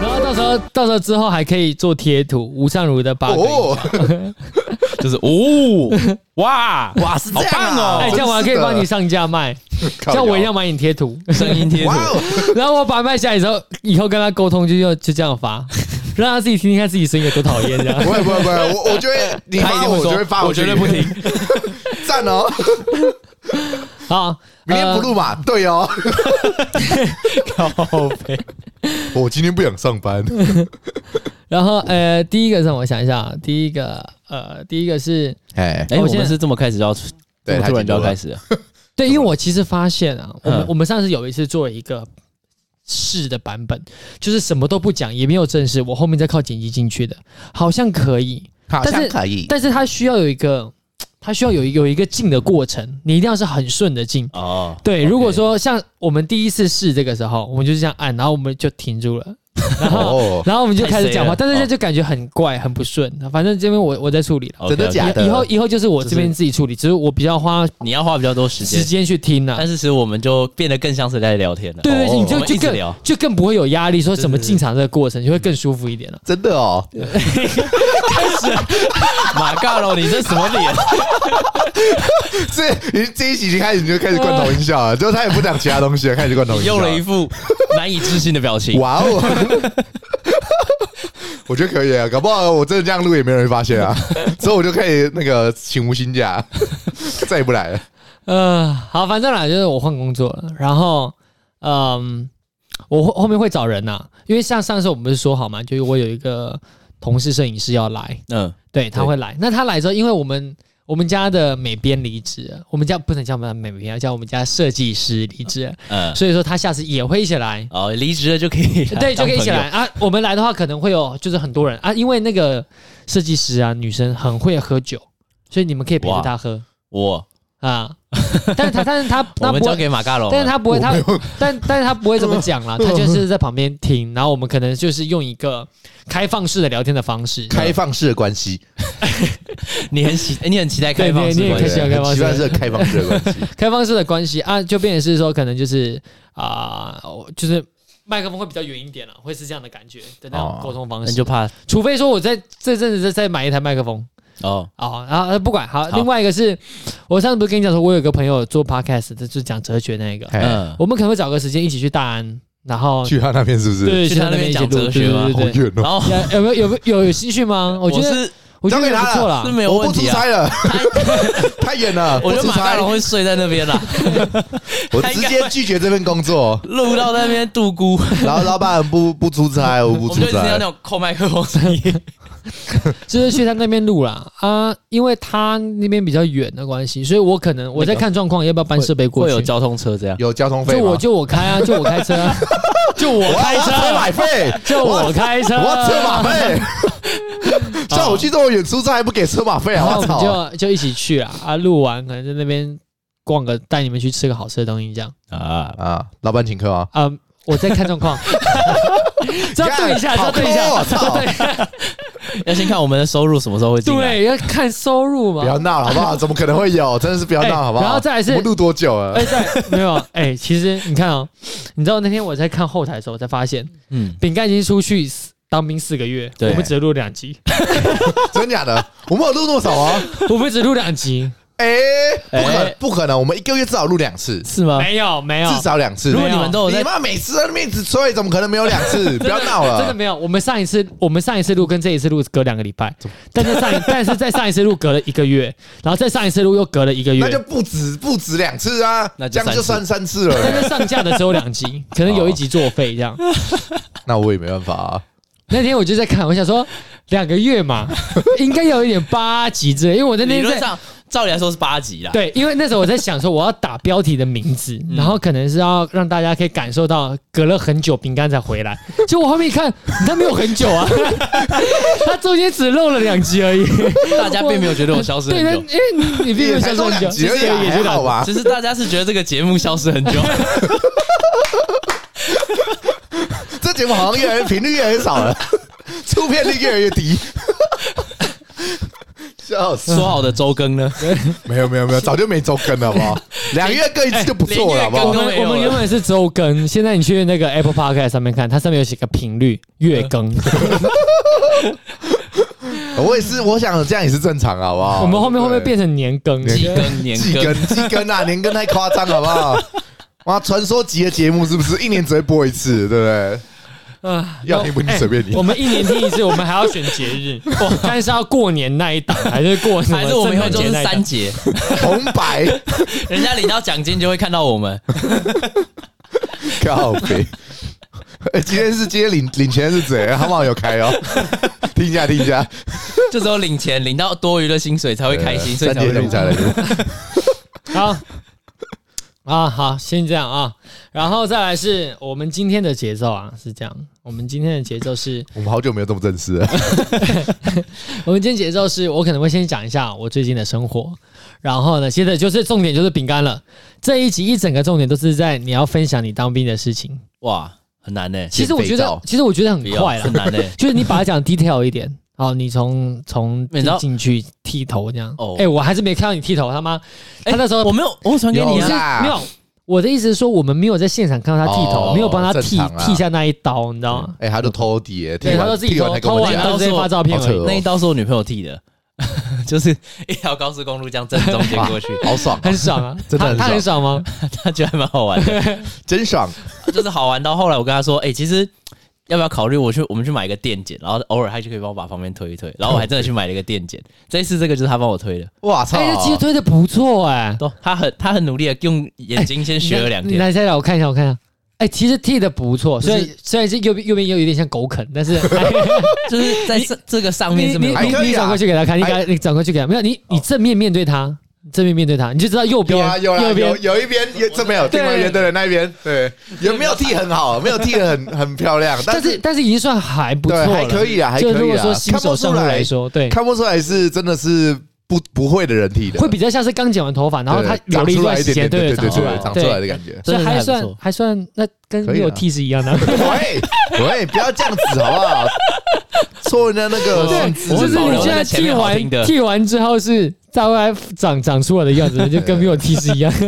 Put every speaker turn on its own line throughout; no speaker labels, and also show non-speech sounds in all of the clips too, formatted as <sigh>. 到时候到时候之后还可以做贴图，吴尚如的八个。
哦，
就是哦，哇
哇是这样啊
好棒哦！
哎，这样我还可以帮你上架卖，
靠
这样我一
腰
样买你贴图， <laughs>
声音贴图
哇，哦，
然后我把它卖下来之后，以后跟他沟通就要就这样发， <laughs> 让他自己听听看自己声音有多讨厌这样。 <laughs>
不会不会不会，我我觉得你
他一
发我，
定会
我
说
就会发，
我绝对不听。
<laughs> 赞哦，
好，
明天不录嘛？对哦，
靠背
我今天不想上班。
然后呃，第一个让我想一下，啊第一个呃，第一个是
哎，
<laughs> 哎，
我
我
现在
们是这么开始要，
对
这么突
他已
然
经
就要
录了
开始了，
对，因为我其实发现啊，我们、
嗯
我们上次有一次做了一个试的版本，就是什么都不讲，也没有正式，我后面再靠剪辑进去的，好像可以，
好
但是
可以，
但是它需要有一个，它需要有一有一个进的过程，你一定要是很顺的进。
哦，
<laughs>
对，
OK
如果说像我们第一次试这个时候，我们就是这样按，然后我们就停住了，然后、
哦，
然后我们就开始讲话，
太
但
谁了哦
是就感觉很怪，很不顺。反正这边我我在处理了。
OK，
真的假的
以以后以后就是我
就
这
是
边自己处理，只是我比较花
你要花比较多时间
时，间去听了、
但是其实我们就变得更像是在聊天了。
对对，
哦
对你
我
就
们
就
一直聊
更。就更不会有压力，说什么
对对对
进场这个过程就会更舒服一点啊了。
真的哦，
马嘎喽，你这什么 <laughs> 脸？
这你这一集一开始你就开始罐头音效了，之后他也不讲其他东西了，开始罐头音
你
效
用了一副难以置信的表情。
哇哦！ <laughs> 我觉得可以啊，搞不好我真的这样录也没有人会发现啊。之后我就可以那个请无薪假，再也不来了。
呃，好，反正啦，就是我换工作了，然后嗯，我后后面会找人呐、因为像上次我们不是说好嘛，就是我有一个同事摄影师要来，
嗯，
对，他
对
会来。那他来之后，因为我们我们家的美编离职了，我们家不能叫我们美编，要叫我们家设计师离职了，
嗯，
所以说他下次也会一起来。
哦，离职了就可以，
对，就可以一起来。啊！我们来的话，可能会有就是很多人啊，因为那个设计师啊，女生很会喝酒，所以你们可以陪着
哇
她喝
我
啊。但是她，但是她，
我
她
们
不
交
会，
给马嘎喽。
但是她不会，她 <laughs> 但但是她不会怎么讲
<laughs>
啦，她就是在旁边听，然后我们可能就是用一个开放式的聊天的方式，
开放式的关系，
你很期，你很期待开放
对对
式
你也
关
开
系
始。有开放
习
式
惯是开放式的关系。
<laughs> 开放式的关系啊，就变成是说可能就是啊、我就是麦克风会比较远一点了，会是这样的感觉的那种
哦
沟通方
那
式。
你就怕
除非说我在这阵子再再买一台麦克风。
哦，
哦，然后呃不管好，
好
另外一个是我上次不是跟你讲说，我有个朋友做 podcast，的就是讲哲学那个，
哎，
嗯，
我们可能会找个时间一起去大安，然后
去他那边是不是？
对
去
去
他那边
一起
讲
录
哲学吗
对
好
对对对
远哦，
然
有有没有
<laughs>
后
有没有有有兴趣吗？我觉得
哦是
我觉得
交给他
不错啦
是，没有
我
问
不出
题啊，
差
<laughs>
了，太远了，
我觉
不
得
出
马嘎
差，
龙会睡在那边啦，
我直接拒绝这份工作。
录到那边度孤，
然后老板不不出差，我
我
不
们
出
就一直要
差。
那种扣麦克风声音。
就是去他那边录啦啊，因为他那边比较远的关系，所以我可能我在看状况要不要搬设备过
会有
去，
交通车这样。
有交通费
就
吗？
我就我开啊，就我开车
<laughs>
啊，就我开
我要车
车，
马费，
就我开车，啊
我要车
<laughs>
马费。像我去这么远出差还不给车马费
然
啊！
后我
我操！
们就就一起去啊啊，录完可能在那边逛个，带你们去吃个好吃的东西，这样
啊，
啊，老板请客啊！
啊、我再看状况，
<laughs>
这要对一下，这
你看
要对一下，
好
这
抠
要
哦
对一下，
要先看我们的收入什么时候会进来。
对，要看收入
不要
嘛。
闹了好不好？怎么可能会有？真的是不要
哎
闹好不好？
然后再来是
我们录多久了
哎，？在没有哎、其实你看哦，你知道那天我在看后台的时候，我才发现
嗯，
饼干已经出去四当兵四个月，我
对
们只录两集，
真假的？我们有录多少啊？
我们只录两集，
哎，不可
哎
不可能！我们一个月至少录两次，
是吗？
没有没有，
至少两次
如。果你们都哎有
你
在，
妈每次在那边一直吹，怎么可能没有两次？不要闹
真的
了！
没有。我们上一次我们上一次录跟这一次录隔两个礼拜，但是上一但是在上一次录隔了一个月，然后再上一次录又隔了一个
那就
月。
不止不止两次啊，
那就
这样就
三
算三次
但
了。
是上架的只有两集，可能有一集作废这样。
那我也没办法啊。
那天我就在看，我想说两个月嘛，应该有一点八集之类，因为我那
理
天
论
在
上照理来说是八级啦。
对，因为那时候我在想说我要打标题的名字，然后可能是要让大家可以感受到隔了很久饼干才回来。结果我后面一看，他没有很久啊，他中间只漏了两集而已。
大家并没有觉得我消失
对，
很
但
久
因，为你你并没有
也
消
才
失
录
很
<laughs>
久，
两集而
其
已啊，
实也
还
就两
好吧
只？是大家是觉得这个节目消失很久。
这节目好像越来越频率越来越少了，出片率越来越低。笑死！
<laughs> 说好的周更 <laughs> 呢？
没有没有没有，早就没周更了，好不好？两个月更一次就不错了，好不
我
好
连？
们
都没有
我
了
们原本是周更，现在你去那个 Apple Podcast 上面看，它上面有写个频率月更，
嗯
<laughs>
我也是，我想这样也是正常，好不好？
我们后面会不会
对
变成年更？
季更年
季
更，
更季更
<laughs>
啊，年更太夸张，好不好？哇，传说级的节目是不是一年只会播一次，对不对？
啊
要听不听
哎
随便你
我们一年听一次，我们还要选节日，我看是要过年那一档，还是过什么
还是我们以后
圣诞
就
节
是
那一档
三节，
红
<laughs>
白
人家领到奖金就会看到我 <laughs> 们。
靠北。哎，今天是今天领领钱是谁？他们好像有开
<laughs>
哦，听一下听一下，
就只有领钱，领到多余的薪水才会开心，所以
呃三
才
节
会
领
录。
下来。
好啊，好，先这样啊，然后再来是我们今天的节奏啊，是这样，我们今天的节奏是，
我们好久没有这么正式了，
我们今天节奏是我可能会先讲一下我最近的生活，然后呢，接着就是重点就是饼干了，这一集一整个重点都是在你要分享你当兵的事情，
哇，很难呢。
其实我觉
减肥
得
照，
其实我觉得很
不要
快了
很，难
欸
呢。
<laughs> 就是你把它讲 detail 一点。好，你从从
你知道
进去剃头这样。哦
哦，
哎、我还是没看到你剃头，他妈，他那时候
呃我没有，我有传给你
你
哎有
是
啊。
啦
没有。我的意思是说，我们没有在现场看到他剃头，
哦
没有帮他剃
正常啦
剃下那一刀，你知道吗？
哎，他就偷底，
哦对，
听
他
完
说自己
听
偷
完才跟
偷
我
完
们
之
讲，
后直接发照片而
好扯
已
哦，
那一刀是我女朋友剃的， <laughs> 就是一条高速公路这样正中间
<laughs>
过去，
好爽，
很爽啊，
<laughs> 真的
他他
很爽
很爽吗？
她觉得还蛮好玩的，
<laughs>
真爽。
<laughs> 就是好玩到后来我跟她说，哎，其实。要不要考虑我去我们去买一个电剪，然后偶尔她就可以帮我把旁边推一推，然后我还真的去买了一个电剪。这一次这个就是她帮我推的，
哇操！
哎，这其实推的不错哎，
都她很她很努力的用眼睛先学了两
你
天，
来再来，我看一下，我看一下。哎，其实剃的不错，虽然虽然是右边右边有点像狗啃，但是
<laughs>
<laughs>
就是在这这个上
你
面
你
是没有
还
你
可以
你
啊
转过去给他看，你给他
还
你转过去给他，没有你你正面面对他，正面面对他，你就知道右边
有啊有啊
右边
有有一边有这边有，
对
另外一边对那一边对，也没有剃很好，没有剃得很很漂亮，
但
但
是
是
但是已经算还不错
对
了，
还可以啊，还
就
可
如
以
果说
啊，
新
看
手
不
上
出
路来
来，
说，对，
看不出来是真的是不不会的人剃的，
会比较像是刚剪完头发，然后
对
它留
长
了一
出来
段
一
时
点
间，对，
点，对
长
对
出
出
来，
来长出来的感觉。
所以还
真的还不
算
错
还算，那跟
可以啊
没有
啦
剃是一样
<laughs>
的。
喂喂，不要这样子好不好？戳人家那个
对，
性质
就是
保
你
留在
现在
前
剃
面好听
完
的
剃完之后是在外长长出来的样子，就跟没有剃是一样。 <laughs>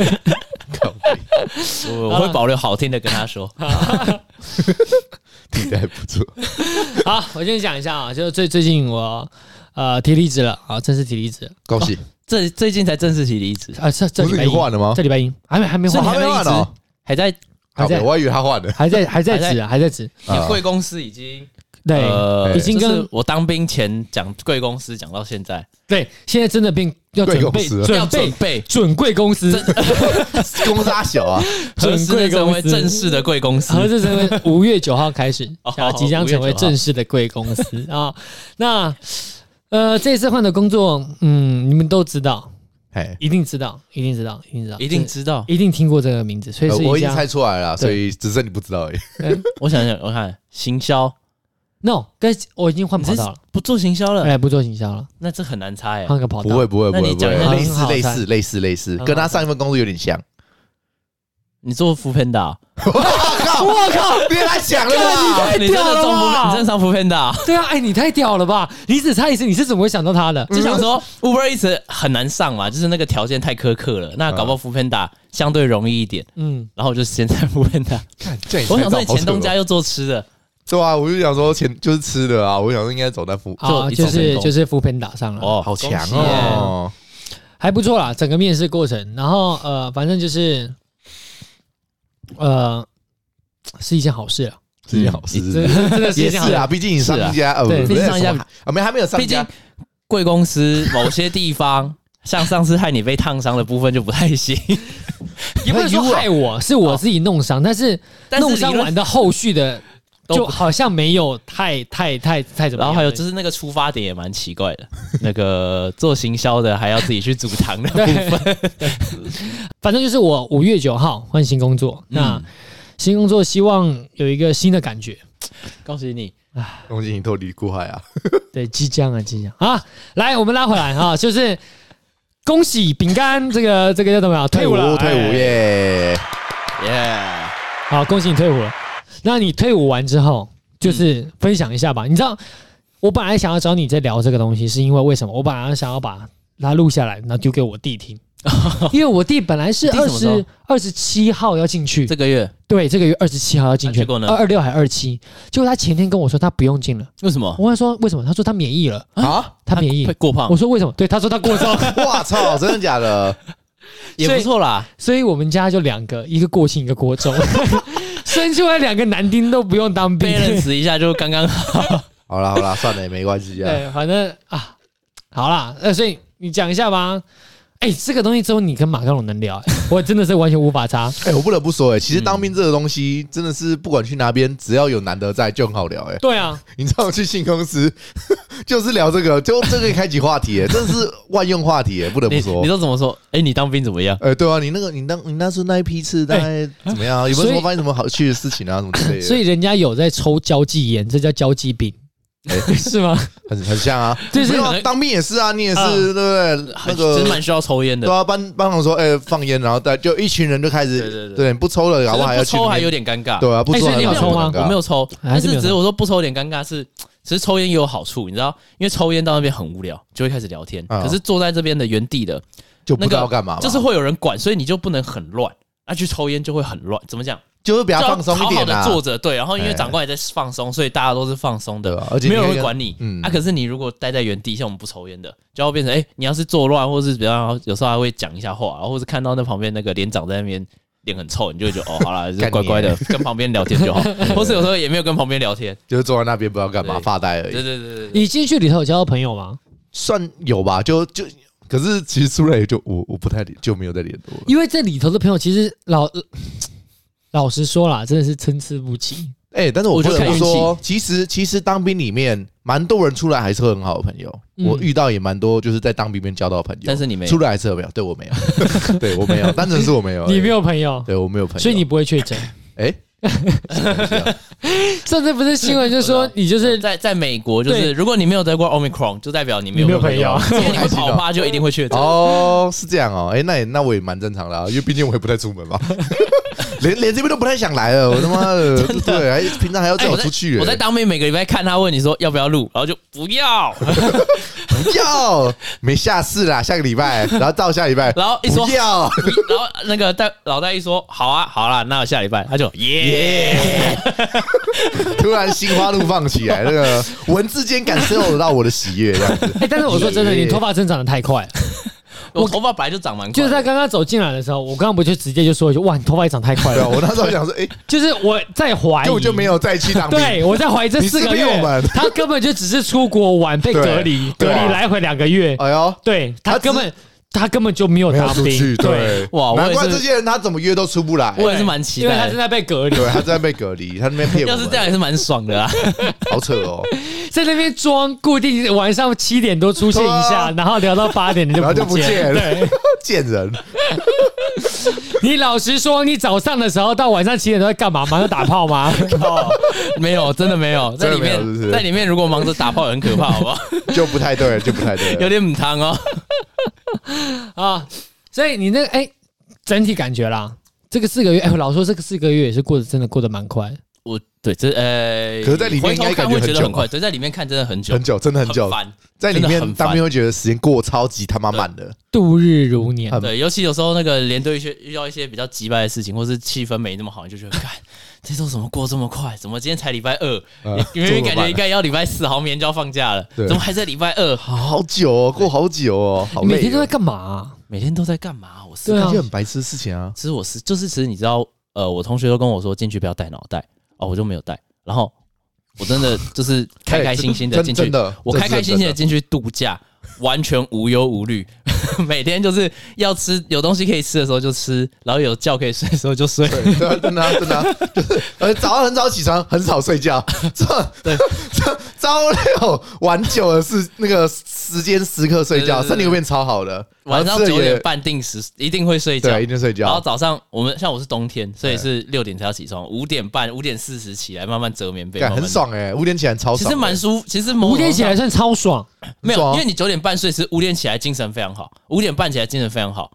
我我会保留好听的跟她说。
剃的还不错，
好，我先讲一下啊，就是最最近我呃提离职了啊，正式提离职
恭
哦
喜！
最最近才正式提离职，
啊，这这
不
礼
是
拜
你
一
换了吗
这？礼拜一还没还没
所以
换
你
哦，
还
还没
没
换
离职
哦，
还在
还
好
在
的，我还以为他换了。
还在还在
还在
职啊，还在职，
你
啊
贵公司已经
对
呃，
已经
就是
跟
我当兵前讲贵公司讲到现在，
对，现在真的变要
贵
准
公
备
司了
要
准
准
备
备
准贵公司，
公差小啊，
何时
准贵
能成
公
为
司
正式的贵公司？
合资成为五月九号开始
哦，
啊，即将成为正式的贵公司啊。那呃，这次换的工作，嗯，你们都知道，
哎，
一定知道，一定知道，一定知道，
一定
这
知道。
一定听过这个名字，所以
呃
是
我
一
已经
家
猜出来了，
对
所以只剩你不知道而已。
我想想，我看行销，
no，跟我已经换
你
跑
这
道了，
不做行销了，
哎，不做行销了，
那这很难猜欸。
换个跑
不
道
会。不会
那
不
你
会不
讲
会
一，
下
类
很好
似类
猜
似类似类似
很，好
跟他
猜
上一份工作有点像。
你做扶贫的，啊
我靠！别来想了吧，
哎你真
屌
的
了
中扶，
吧
你真的上扶贫的，
对啊，哎，你太屌了吧！你只差一次，你是怎么会想到他的？
就想说 Uber 一直很难上嘛，就是那个条件太苛刻了。那搞不好扶贫的相对容易一点，
嗯，
然后我就先在扶贫的。
这样也猜到
我想说，你
好
前东
扯哦
家又做吃的，
对啊，我就想说前就是吃的啊，我想说应该走那副
好，
就一
啊就
种
是
成功
就是扶贫打上了，
哦，
好强
恭喜耶！
哦，
还不错啦，整个面试过程，然后呃，反正就是呃，是一件好事啊，
是一件好事，
真的真的是一
也
件
嗯是
好事
啊，。毕竟你上一家，呃，
对
不
毕竟上一家
什么啊，没还没有上
毕
一
竟
家，
贵公司某些地 <laughs> 方，像上次害你被烫伤的部分就不太行。
也不能
<laughs>
说害我，是我自己弄伤，但是
哦但是
弄伤
理论
完的后续的
<laughs> 都不
就好像没有太太太太怎么
然
样。
后还有就是那个出发点也蛮奇怪的， <laughs> 那个做行销的还要自己去煮糖的部分，
反正就是我五月九号换新工作，
嗯
那新工作希望有一个新的感觉。
<laughs> 恭喜你！
恭喜你脱离苦海啊！
对，即将啊，即将啊！来，我们拉回来啊，就是恭喜饼干这个这个叫什么呀？退伍了，
退伍
哎
耶！
耶！
好，恭喜你退伍了。那你退伍完之后，就是分享一下吧。你知道我本来想要找你在聊这个东西，是因为为什么？我本来想要把它录下来，然后丢给我弟
<laughs>
听，因为我弟本来是
你弟
二
什么时候
十二十七号要进去，
这个月
对，这个月二十七号要进
啊
去，
结果呢
二二六还二七，结果他前天跟我说他不用进了，
为什么
我问他说为什么？他说他免疫了， <laughs>
啊！
他免疫
会。过胖
我？说为什么？对，他说他
<laughs>
过重，
哇操，真的假的？
也
所
不
以
错啦，
所以我们家就两个，一个过轻，一个过重，生出来两个男丁都不用当兵。
balance 一下就
<laughs>
刚刚好。
好啦好啦，算了，也没关系
<laughs>
啊。
对，反正啊，好啦，呃，所以你讲一下吧。哎、这个东西只有你跟马克龙能聊、哎 <laughs> 我真的是完全无法插。
哎、我不得不说、哎，其
嗯
实当兵这个东西真的是不管去哪边，只要有男的在就很好聊、哎，
对啊，
你知道我去新公司 <laughs> 就是聊这个，就这个开启话题、哎，真的是万用话题、哎，不得不
你
说
你。都怎么说？哎，你当兵怎么样？
哎、对啊，你那个，你当你那时候那一批次大
哎
概怎么样啊？有没
所
有
以
什么发现什么好有趣的事情啊？什么之类的？
所以人家有在抽交际烟，这叫交际病， <laughs> 是吗？
很很像啊，
就是
没有啊当兵也是啊，你也是、
啊
对不对？那
其实
个
蛮需要抽烟的
对，啊，班班长说，哎、放烟，然后大就一群人就开始，
对对对
不抽了，然后还要
不
去
抽
那
还
边
有哎点尴尬。
对啊，不抽
所以
还
你
有
有抽吗
点尴尬
我没有抽，
还
但
是
是
没有
只是
抽
我说不抽有点尴尬是，其实抽烟也有好处，你知道，因为抽烟到那边很无聊，就会开始聊天。
啊
可是坐在这边的原地的，
就不知
那
道
个
干嘛嘛，
就是会有人管，所以你就不能很乱。啊，去抽烟就会很乱，怎么讲？
就是比
就
较
要
放松一
好好
点
的
啊，
坐着，对。然后因为
哎
长官也在放松，所以大家都是放松
对
的，
吧？而且
没有人
你
会
也
管你。
嗯
啊，可是你如果待在原地，像我们不抽烟的，就要变成哎、你要是作乱，或是比方有时候还会讲一下话，或是看到那旁边那个连长在那边脸很臭，你就会觉得哦，好啦，就
干你
是乖乖的跟旁边聊天就好，或是有时候也没有跟旁边聊天。
就是坐在那边不知道干嘛，
对
发呆而
对
已，
对对对对，
你进去里头有交到朋友吗？
算有吧？就就可是其实出来也就我我不太就没有再联络了。
因为这里头的朋友其实老呃老实说啦，真的是参差不齐。
哎、但是我
我
不
就
得
看
不
运气
说，其实其实当兵里面蛮多人出来还是会很好的朋友，
嗯
我遇到也蛮多就是在当兵边交到的朋友，
但是你没有
出来还是有朋友，对我没有，对我没有，单纯是我没有，
你没，有朋友，
哦对我没有朋友，
所以你不会确诊。
哎。什么东西啊
上次不是新闻就说你就是
在在美国，就是
对
如果你没有得过 Omicron，就代表你没
你没有
有
朋友，
因为你会跑趴就一定会确诊。
哦，是这样哦，哎、那也那我也蛮正常的、啊，因为毕竟我也不太出门
<laughs>
嘛，连连这边都不太想来了，我他妈
<laughs>
的，对，还平常还要叫
哎我
我
在
出去、
我在当面每个礼拜看他问你说要不要录，然后就不要， <laughs>
不要，没下次啦，下个礼
<laughs>
拜，然后到下礼拜，
然后一说
不要， <laughs>
然后那个戴老戴一说好啊，好啦，那下礼拜他就耶
突然心花怒放起来，那
<laughs>
个文字间感受得到我的喜悦，这样子。
<laughs> 哎、但是我说真
<laughs>
的，
耶
你头发增长的太快了。
我头发本来就长蛮快
就
的，
是他刚刚走进来的时候，我刚刚不就直接就说一句：“哇，你头发也长太快
对
了。
啊，我那时候想说，哎、
<laughs> 就是我在怀疑，
根本就没有再去当兵。
对，我在怀疑这四个
你是不是
月
骗我们，
他根本就只是出国玩被
对
隔离，隔
对
离
啊
来回两个月。
哎呦，
对
他
他
只
根本他根本就没有
没有
当
出
兵，
去，对，
哇我也
难
是
怪这些人他怎么约都出不来。
我也是蛮期
因为他
待
正
的。
在被隔离，
对，他在被隔离，他在那边骗我
要
们。
是这样也是蛮爽的
<laughs>
啊！
好扯哦。
在那边装固定晚上七点多出现一
对
下
啊，
然后聊到八点你
然后就
就
不
不
见
见。
了 <laughs>
对，
贱人，
你老实说，你早上的时候到晚上七点都在干嘛？忙着打炮吗？
<laughs> 没有，真的没有，在
哦真的
里
没有是不是
面在里面如果忙着打炮很可怕，好不好？
就不太对，就不太 <laughs> 对
有
了。
点母汤哦。
啊，所以你那个哎、整体感觉啦，这个四个月，哎、我老说这个四个月也是过得真的过得蛮快的。
我对这呃，
可是在里面应该
回头
感
看
觉
会
很久吧
觉得很快，对，在里面看真的很久
很久，真的很久，
烦。
在里
真的
面
很
当
烦
兵会觉得时间过超级他妈慢的。
度日如年，
很
对，尤其有时候那个连队遇遇到一些比较急败的事情，或是气氛没那么好，你就觉得，看这周怎么过这么快？怎么今天才礼拜二？
呃
明明
这么
感觉
慢
应该要礼拜四，好，明天就要放假了，
对
怎么还在礼拜二？
好久哦，过好久哦，好
你
累哦。
每天都在干嘛啊、
每天都在干嘛？我是
对啊
干一些很白痴的事情啊。
其实我是就是其实你知道，呃，我同学都跟我说进去不要带脑袋哦，我就没有带，然后我真的就是开开心心的
真
进去，
真的
我
这
开开
是
心心的
真
进去度假，完全无忧无虑， <laughs> 每天就是要吃有东西可以吃的时候就吃，然后有觉可以睡的时候就睡。
对对啊，真的啊真的啊， <laughs> 就是呃，早上很早起床，很少睡
<laughs>
觉，这
对
这朝六晚九的是那个时间时刻睡觉，
对对对对
身体会变超好的。
晚上
然后这
九
也
点，半定时一定会睡觉
对，一，啊定睡
然后
觉。
早上我们像我是冬天，所以是六点才要起床，五点半五点四十起来慢慢折棉被，
干
慢慢
很。爽哎，五点起来超爽的。
其实蛮舒服，其实某种
五点起
程
来
度
算超爽，
没
爽啊
有，因为你九点半睡，其实五点起来精神非常好，五点半起来精神非常好，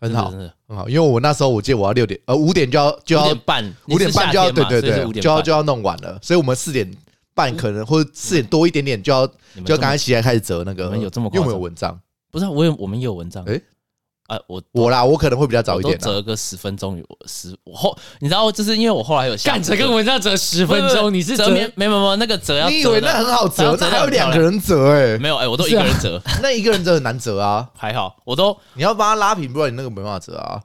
很好
真的
很好，因为我那时候我记得我要六点呃五点就要就
真的。五
要
点半，
五点半就要
你是
对对
夏天嘛所以
对
是五，点
就要就
要
要弄完了，所以我们四点半可能或者四点多一点点就要
你们
就要
这么
赶快起来开始折那个，
你们有这么
因为我们有
夸张
文章，
不是啊我有我们也有文章，
诶
啊，我
我啦，我可能会比较早
我
一
都
点啊啦，
折个十分钟，我十我后你知道，就是因为我后来有下
干
折
这个文章折十分
不
钟，你是
折
折
棉没没没那个折要折
你以为
的
那很好折？
折
那
得
还有
很漂
两
亮
个人折哎、
没有哎、我都
不
一
是啊
个人折，
<laughs> 那一个人折很难折啊！
还好，我都
你要帮他拉平，不然你那个没办法折啊。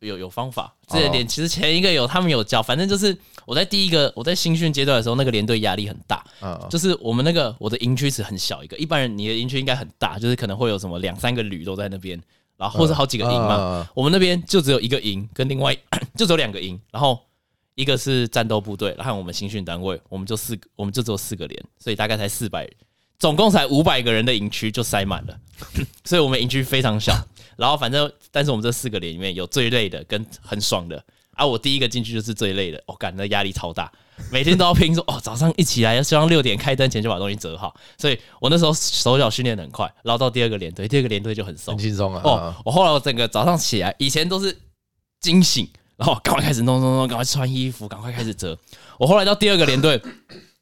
有有方法。这个连其实前一个有他们有教，反正就是我在第一个我在新训阶段的时候，那个连队压力很大，
嗯，
就是我们那个我的营区是很小一个，一般人你的营区应该很大，就是可能会有什么两三个旅都在那边，然后或者好几个营嘛。
嗯嗯嗯
我们那边就只有一个营，跟另外 <clears throat> 就只有两个营，然后一个是战斗部队，然后我们新训单位，我们就四个，我们就只有四个连，所以大概才四百，总共才五百个人的营区就塞满了， <clears throat> 所以我们营区非常小。然后反正，但是我们这四个连里面有最累的跟很爽的啊，我第一个进去就是最累的，我、感那压力超大，每天都要拼说哦，早上一起来，希望六点开灯前就把东西折好，所以我那时候手脚训练得很快，然后到第二个连队，第二个连队就很松
很，轻松啊。
哦，我后来我整个早上起来，以前都是惊醒，然后赶快开始弄弄弄，赶快穿衣服，赶快开始折。我后来到第二个
<laughs>
连队，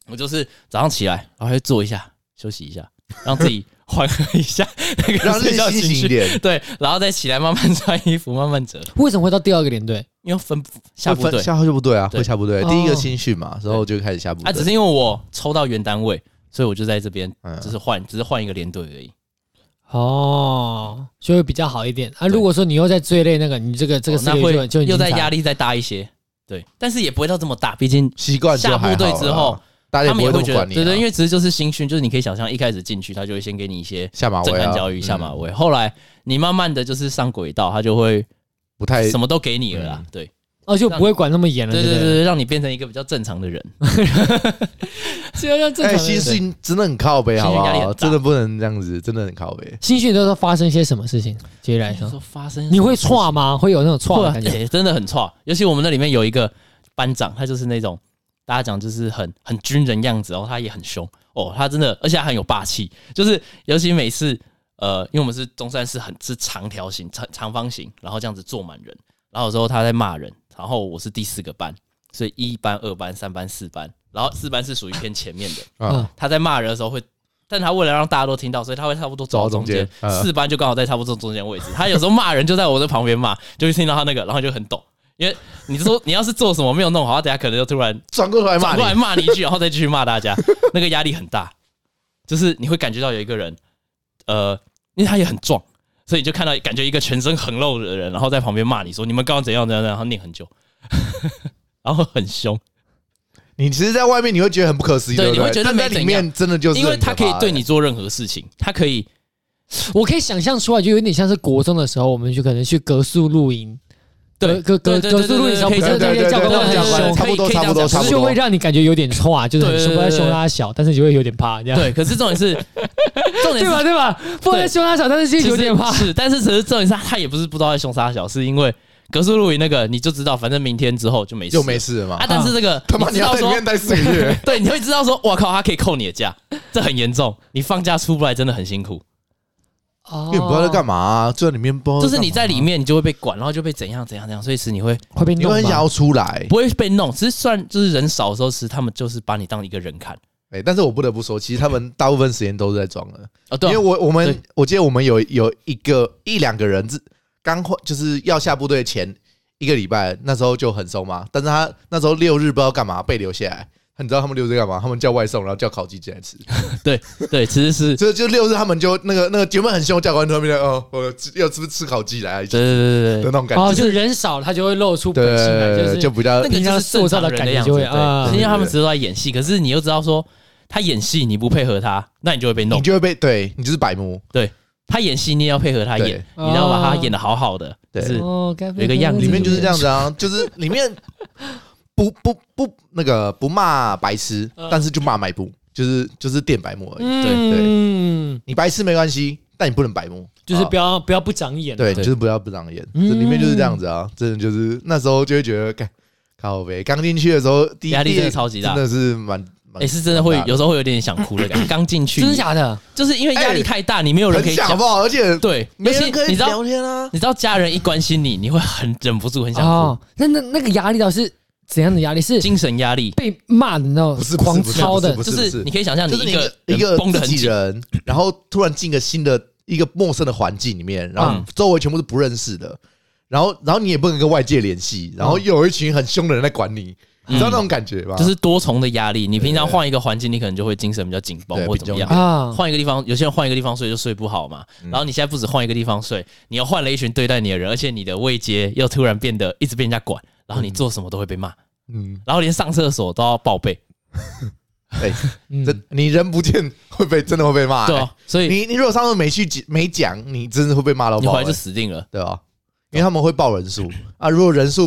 我就是早上起来，然后就坐一下，休息一下，让自己缓和一下那
让
<laughs>
自
个睡
己
觉
清
情
醒一
绪。
点。
对，然后再起来慢慢穿衣服，慢慢折，
为什么会到第二个连队？
因为分下部
会分
队
下部队不对啊，
对
会下部队。
哦
第一个新训嘛，然后就开始下部队。
啊，只是因为我抽到原单位，所以我就在这边
嗯，
就是换，只是换一个连队而已。
哦，就会比较好一点啊。
对
如果说你又在最累那个，你这个这个
哦
四
那
个月就
会
就已经
又在
惨
压
了
力再大一些，对，但是也不会到这么大，毕竟
习惯就
下
还
部
好
队
啦
之后，
大家
他们也
不
会
这
觉
么
得，
管你啊。
对对，因为其实就是新训，就是你可以想象，一开始进去，他就会先给你一些
下马威
震
啊，
撼教育、下马威，后来你慢慢的就是上轨道，他就会
不太哎
什么都给你了
嗯
啦，对
哦，就不会管那么严了。
对
不
对对，让你变成一个比较正常的人，
这要让正
哎，
常
新
人。
训真的很靠背，
新
好
训
不
压力很
好？
大
真的不能这样子，真的很靠背。
新训都是发生些什么事情？举例来
就
说，
说发生
你会错吗？会有那种错
错啊
的感觉？
真的很错，尤其我们那里面有一个班长，他就是那种大家讲就是很很军人样子，然后他也很凶哦，他真的而且他很有霸气，就是尤其每次呃，因为我们是中山市很是长条形长长方形，然后这样子坐满人，然后有时候他在骂人，然后我是第四个班，所以一班、二班、三班、四班，然后四班是属于偏前面的，
嗯
啊，
他在骂人的时候会，但他为了让大家都听到，所以他会差不多走到中间
走，到中间嗯
四班就刚好在差不多中间位置。他有时候骂人就在我的旁边骂，就会听到他那个，然后就很抖。因为你说你要是做什么没有弄好，他等下可能就突然
转过头来骂
转过来
你，
骂你一句，然后再继续骂
<laughs>
大家，那个压力很大。就是你会感觉到有一个人，呃，因为他也很壮，所以你就看到感觉一个全身横肉的人，然后在旁边骂你说你们刚刚怎样怎样，怎样然后念很久， <laughs> 然后很凶。
你其实，在外面你会觉得很不可思议，
对
对不
你会觉得
但在
没怎
里面真的就是，
因为他可以对，你做任何事情，他可以
我可以想象出来，就有点像是国中的时候，我们就可能去格宿露营，
对
格格
对
格
对
宿露营的时候，
对
不
对
是
可以
那
哎对对
边
对，
教官
对
很
对对
凶
对，
差不多
可以可
差
以这样
不多
讲
差不
啊就
多
会。让你感觉有点错啊，就是很
对
凶，
对
不
对
要凶他小，但是就会有点怕，这样
对，可是重
<laughs>
点是，重
对
点是
吧？对吧？不能凶他小，但是就
其实
有点怕。
是，但是只是重点是他他也不是不知道在凶杀小，是因为格数露营那个你就知道，反正明天之后就没事
就没事了嘛
啊。。但是这个
他妈，
知
你要在
道
里
说，
面待四个
<laughs>
月，
对，你会知道说，我靠，他可以扣你的假，这很严重，你放假出不来真的很辛苦。
哦
因为你不知道在干嘛啊，就在里面不知道
就
在
是
干嘛
你在里面，你就会被管，然后就被怎样怎样怎样，所以是你会
会被
你
弄
会很
吗
想要出来。
不会被弄？只是算就是人少的时候，其实他们就是把你当一个人看。
哎，但是我不得不说，其实他们大部分时间都是在装的。
哦，对
因
啊
为，我我们
对
我记得我们有有一个一两个人是刚换，就是要下部队前一个礼拜，那时候就很松嘛。但是他那时候六日不知道干嘛被留下来，你知道他们六日干嘛？他们叫外送，然后叫烤鸡进来
<laughs>
吃。
对，其实是，
就就六日他们就那个那个原本很凶，教官突然变成哦，我吃要吃吃烤鸡来啊一起
对对对对
的那
对，
种感
哦，
觉。
就是人少，他就会露出本性来，
对，
是
就比较
那个
平
啊就
常
是
塑
正
造
呃常
的
人
感
的
觉
样子，
就会
对，
啊
因为他们只是在演戏，可是你又知道说他演戏，你不配合他，那你就会被
你
弄。
就会被对你就是白目，
他演戏，你也要配合他
对
演，你要把他演的好好的，
对
就是
哦，有
有一个样子
里面就是这样子
<laughs>
啊，就是里面不不不那个不骂白痴，
嗯
但是就骂白目，就是就是电白目而已。对
嗯，
你白痴没关系，但你不能白目，
就是不
要、
要不要不长眼，
哦
啊
对，
对
就是不要不长眼。
嗯
这里面就是这样子啊，真的就是那时候就会觉得，干靠呗，刚进去的时候，第一
压力
第一
真的超级大哎
真的是蛮蛮
也是真的会
蛮大
有时候会有点想哭的感 <laughs> 觉。刚进去，
真的假的？
就是因为压力太大，你没有人可
很
以
假好
讲
不。好？而且
对，
没
尤
人
其
可以
你知道，
聊天啊，
你知道家人一关心你，你会很忍不住很想哭。
哦，那那那个压力倒是怎样的压力？是
精神压力，
被骂的那种，
不是不是
狂
不是
操的
不，
就
不
是
是
你可以想象，你
就是
一
你
个
一个
人绷得
自
很
己
紧，
人，然后突然进个新的一个陌生的环境里面，然后
嗯
周围全部是不认识的，然后然后你也不能跟外界联系，然后又有一群很凶的人在管你，你知道那种感觉吧？
嗯就是多重的压力。你平常换一个环境，你可能就会精神比较紧绷
对
或怎么
比较
样
紧
啊
换一个地方，有些人换一个地方睡就睡不好嘛。
嗯
然后你现在不止换一个地方睡，你又换了一群对待你的人，而且你的位阶又突然变得一直被人家管，然后你做什么都会被骂，
嗯，
然后连上厕所都要报备。
对，
嗯
哎这你人不见会被真的会被骂、
对
欸
啊，所以
你你如果上次没去讲没讲，你真的会被骂到
你
爆、
回来
欸
就死定了。
对吧？因为他们会报人数啊，如果人数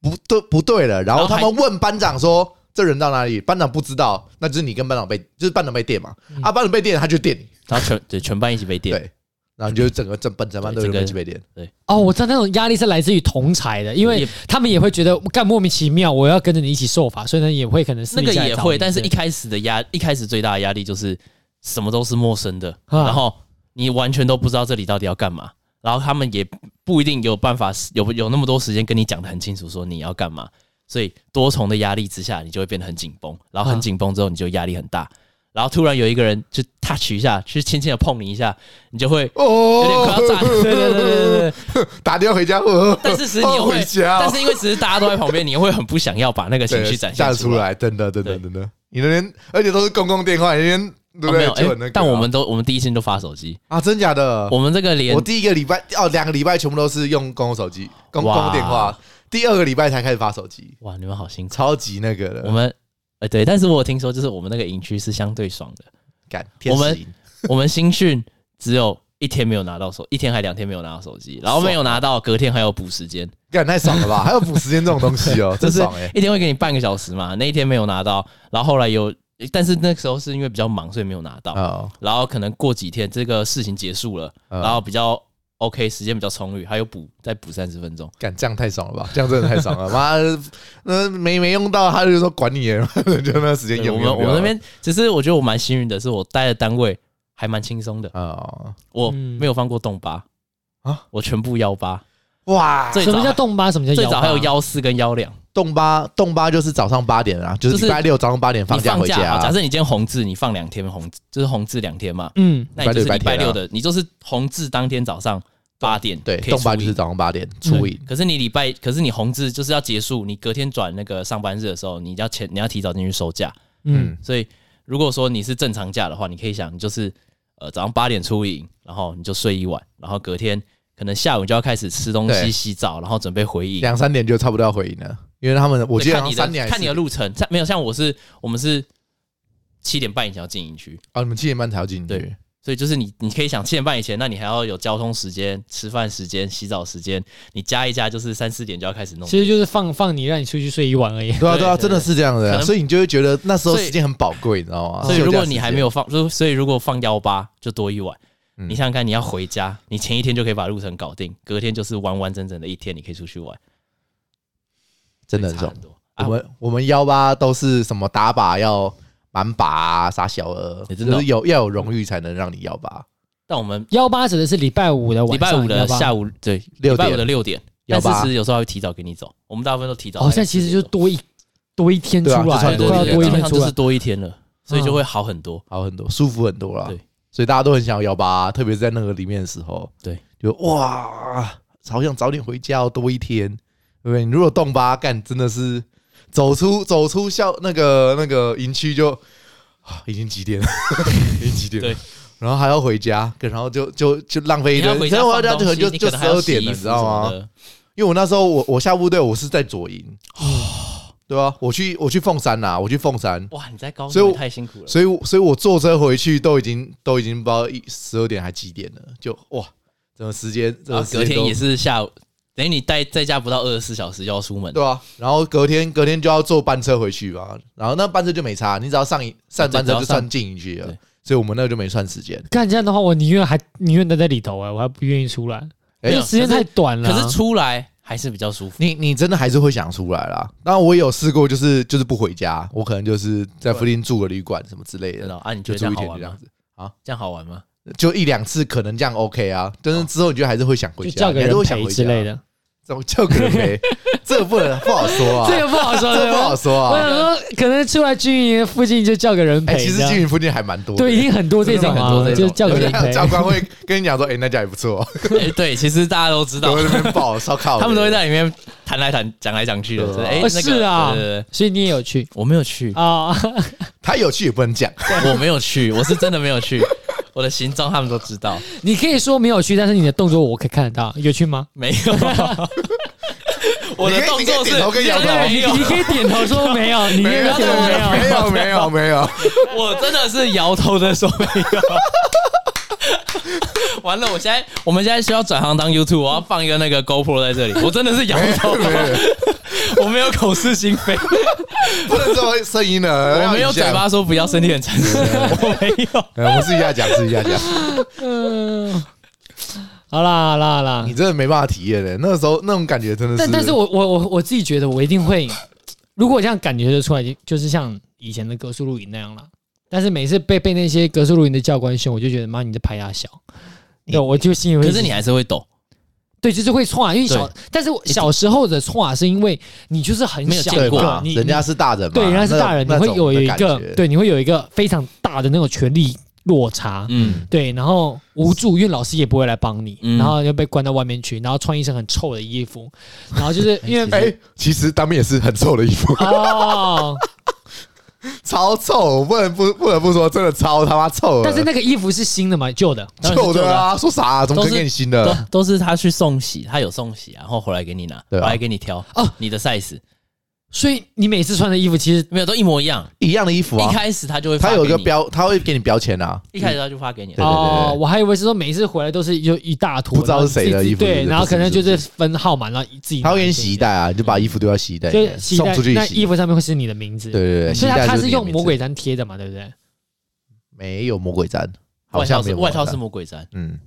不对不对了，然后
然后
他
还
们问班长说这人到哪里，班长不知道，那就是你跟班长被就是班长被电嘛，啊，班长被电他就电你，
然后全对全班一起被嗯电，
对，然后你就整个整班整班都
对
有
整
人
个
一起被电，
哦，我知道那种压力是来自于同才的，因为
也
他们也会觉得干莫名其妙，我要跟着你一起受罚，所以呢也会可能私
那
底
个
下来
也
找
会，
你
但是
对
一开始的压，一开始最大的压力就是什么都是陌生的，
啊
然后你完全都不知道这里到底要干嘛，然后他们也不一定有办法有有那么多时间跟你讲的很清楚，说你要干嘛。所以多重的压力之下，你就会变得很紧绷，然后很
啊
紧绷之后，你就压力很大，然后突然有一个人就 touch 一下，去轻轻的碰你一下，你就会有点
哦
快要炸，对对对对对。
<laughs> 打电话回家，呃
但是其实你
哦
又
<laughs>
会
回，家哦，哦
但是因为只是大家都在旁边，你又会很不想要把那个情绪展
对
现
吓出
来。
来，真的真的
对
真的，你那边而且都是公共电话，你那边对不
哦、没
对
有，？
就
哎
很那个啊
但我们都我们第一天就发手机，
啊，真假的，
我们这个连
我第一个礼拜哦，两个礼拜全部都是用公共手机、公公
哇
共电话，第二个礼拜才开始发手机，
哇，你们好辛苦，
超级那个的。
我们呃对，但是我有听说就是我们那个营区是相对爽
<laughs>
的，
干天
我
使
们
营
我们新训只有一天没有拿到手，一天还两天没有拿到手机，然后没有拿到，隔天还有补时间，
干太爽
<laughs>
了吧？还有补时间这种东西哦，
就
真
是
爽哎！
一天会给你半个小时嘛，那一天没有拿到，然后后来有，但是那时候是因为比较忙，所以没有拿到，
哦，
然后可能过几天这个事情结束了，
嗯
然后比较 OK，时间比较充裕，还有补再补三十分钟。
干这样太爽了吧？这样真的太爽了，妈，那没没用到，他就说管你耶， <laughs> 就那时间
对
用
我
不用
们
不
我
用
们那边，只是我觉得我蛮幸运的，是我待的单位还蛮轻松的，
哦，
我
嗯
没有放过洞八
啊
啊，我全部幺八，
哇，
<laughs> 最
什么
早
叫动八，什么叫
最
摇
早还有
八
幺四跟幺两，
动八动八就是早上八点啊，就是
就是
礼拜六早上八点
你
放假
放
回
假啊哦好，假
家，啊
设你今天红字，你放两天红，就是红字两天嘛，
嗯
那你就是
礼拜
礼拜
六礼拜天啊
六的，你就是红字当天早上八点
对，
可以
动八
出
就
营
是早上八点初影，
可是你礼拜，可是你红字就是要结束，你隔天转那个上班日的时候，你要前你要提早进去收假，
嗯，
所以如果说你是正常假的话，你可以想，你就是呃早上八点出营，然后你就睡一晚，然后隔天可能下午就要开始吃东
对
西、洗澡，然后准备回营。
两三点就差不多要回营了，因为他们我
对
记得
看
好
你
像三点还
的看
是
你的路程，像没有像我是我们是七点半以前要进营区，
哦，你们七点半才要进去
对。所以就是你你可以想七点半以前，那你还要有交通时间、吃饭时间、洗澡时间，你加一加就是三四点就要开始弄。
其实就是放放你，让你出去睡一晚而已。
对啊，
对
对啊，
对
真的是这样的
可
啊，
能
所以你就会觉得那时候
所以
时间很宝贵，你知道吗？
所以如果你还没
有，
有放，就所以如果放幺八就多一晚。
嗯
你想想看，你要回家，你前一天就可以把路程搞定，隔天就是完完整整的一天，你可以出去玩，
真的很
差
爽
很。多。
我
啊，
们我们幺八都是什么打靶要满靶啊，杀小鹅，
欸
就
真的哦
是有要有荣誉才能让你幺八。
但我们
幺八指的是礼拜五的晚
礼
上，
拜五的
18
下午对，
六点
礼拜五的六点，
幺
但
八
是有时候还会提早给你走，我们大部分都提早。
哦，现在其实就多一多一天出
对啊
来，
就差
快
不多
要
一天
多
对
一
基本
天
上
出
就是
来。
多一天了，所以就会好很多。
好很多，舒服很多啦
对。
所以大家都很想要幺八，特别是在那个里面的时候，
对，
就哇，好想早点回家哦，多一天，对不对？你如果动八干，真的是走出走出校那个那个营区就、啊已经几点了， <laughs> 已经几点了
对。
然后还要回家，跟然后就就就浪费一
你
堆
要，回
然
家
后
放
回家就
东
可能
西，
就
你
就
可
十
能还要
二
洗
点了，
衣
你
服
知
什
道
么
吗？
的。
因为我那时候我我下部队我是在左营，
哦
对啊，我去我去凤山啦、我去凤山，
哇，你在高
所以
中
我
也太辛苦了。
所以我所以我坐车回去都已经都已经不知道一十二点还几点了，就哇，整个时间整个
然后
时间
隔天
都
也是下午，等于你待在家不到二十四小时就要出门，
对啊，然后隔天隔天就要坐班车回去嘛，然后那班车就没差，你只要上一上班车就算进营区了
对，
所以我们那个就没算时间。
干这样的话，我宁愿还宁愿待在里头哎，我还不愿意出来，
哎
因为时间太短了啊。
可是出来还是比较舒服。
你你真的还是会想出来啦。当然我也有试过，就是就是不回家，我可能就是在附近住个旅馆什么之类
真
的，
的啊？你觉
就
得这
住一天
样好
就
玩
这样
吗
子。？
这样好玩吗？哦
就一两次可能这样 OK 啊，但是之后你就还是会想回
就
家，
叫
你
个
还是
人
会想
陪
回
之类
家。
的。
怎么就可能
<laughs>
没？这个不能不好说啊，
这个不好说，
这
对
个不
吧
好？说
我
啊。
想说，可能出来军营附近就叫个人
哎，
陪。
其实
这样
金云附近还蛮多的，
对，一定很多这种
真的很多
啊，
这种
就是叫个
而且
人
还
陪
有。教官会跟你讲说，哎，那家也不错，
哎对，其实大家都知
都
道，
会在那边爆烧烤的，
他们都会在里面谈来谈讲来讲去的。
对啊
所以哎，那
哦
个
是啊
对对对
所以你也有去
我没有去，
啊？ <laughs>
他有去也不能讲，
我没有去，我是真的没有去。我的行踪他们都知道，
你可以说没有去，但是你的动作我可以看得到，有去吗？
没有。我的动作
你可以你可以点头
是
跟摇头
没
你
有
哎你，可以点头说没有，你
没
也
有
可以说没有。
没有没有没有，
我真的是摇头的说没有。完了，我现在我们现在需要转行当 YouTube，我要放一个那个 GoPro 在这里。我真的是摇头，
没有，
我没有口是心非，
不能做声音的，
我
要
没有
一下
嘴巴说不要，身体很诚实，我没有。
哎我们试一下讲，试一下讲。
嗯，好啦好啦好啦
你，真的没办法体验的，那个时候那种感觉真的是。
但但是我我我我自己觉得我一定会，如果这样感觉就出来，就是像以前的格数露营那样啦。但是每次被被那些格数露营的教官凶，我就觉得妈你在排压小。对，我就心里会。
可是你还是会抖，
对，就是会错，啊因为小，但是我小时候的错啊是因为你就是很
没有
小
见
对
过
嘛
个，你
啊人家是大人嘛，
对，人家是大人，你
那
会
种
有一
那
个
种的感觉
对，你会有一个非常大的那种权力落差。
嗯，
对，然后无助，因为老师也不会来帮你，
嗯
然后就被关到外面去，然后穿一身很臭的衣服，然后就是因为
<laughs> 哎，其实当面也是很臭的衣服，
哦，
超臭，我不能不不得不说，真的超他妈臭的。
<laughs> 但是那个衣服是新的嘛，旧的，
当然是
臭
旧
的
的
啊，说啥啊？怎么可
都
以
是
给你新
都
的？
都是他去送洗，他有送洗，然后回来给你拿，
对
回
啊
来给你挑
哦
哦，你的 size
所以你每次穿的衣服其实
没有都一模一样。
一样的衣服
一
啊，
开始他就会发
他有一个
给你，
标，他会给你标签啊。
一开始他就发给你了
对，对
哦，
对
我还以为是说每次回来都是有一大坨，
不知道是谁的
然后自己
衣服对
对，
对
然后可能
不
就
是不是
是分号码，然后自己
他
拿
会给
一
你
件
洗衣袋啊，你就把衣服丢到洗衣袋里
就
面，
洗衣
送
袋
出去
那衣
洗。
服上面会是你的名字，
对对对，
所以
洗
他
衣袋
他
就是你的
用
名
魔
字
鬼毡贴的嘛，对不对？
没有魔鬼毡，好
外
像
套
没
是
有
外
魔
套是
鬼毡
魔鬼毡，
嗯，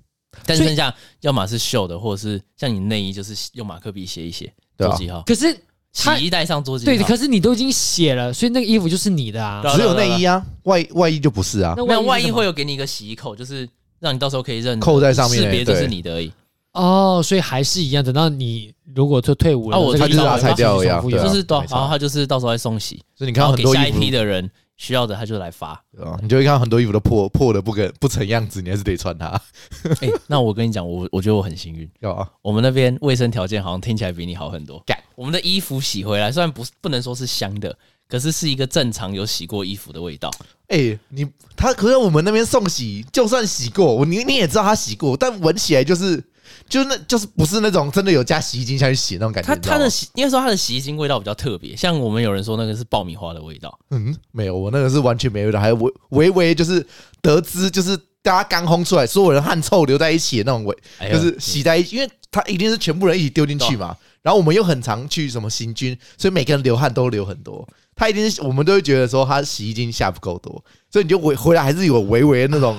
但
所
是
以
剩下要么是绣的，或者是像你内衣，就是用马克笔写一写，
对啊
做记号，
可是他
洗衣袋上做记号。
对，可是你都已经写了，所以那个衣服就是你的啊
对。啊
只有内衣啊，外外衣就不是啊。
那
没有外
是
衣
什么
会有给你一个洗衣扣，就是让你到时候可以认
扣在上面
识别这
对
是你的而已。
哦，所以还是一样。等到你如果就退伍了，
啊我
这个
就知道
衣服
它
裁掉
继续
一样
重复
对啊
用
就是对啊
没，错
然后他就是到时候再送洗，
所以你看到
然后
很
给
多
下
衣
一
服
批的人需要的他就来 <laughs> 发。
对啊，你就会看到很多衣服都破破的不跟不成样子，你还是得穿它。 <laughs>
哎，那我跟你讲，我我觉得我很幸运，
要啊，
我们那边卫生条件好像听起来比你好很多。我们的衣服洗回来，虽然不是不能说是香的，可是是一个正常有洗过衣服的味道。
哎、你他可是我们那边送洗，就算洗过，我你你也知道他洗过，但闻起来就是就是那就是不是那种真的有加洗衣精下去洗那种感觉。
它
你知道
它
吗
的洗应该说它的洗衣精味道比较特别，像我们有人说那个是爆米花的味道，
嗯没有，我那个是完全没味道，还微微微就是得知就是大家刚烘出来，所有人汗臭留在一起的那种味，
哎呀
就是洗在一起，因为他一定是全部人一起丢进去嘛。然后我们又很常去什么行军，所以每个人流汗都流很多。他一定是我们都会觉得说他洗衣精下不够多，所以你就回回来还是有微微的那种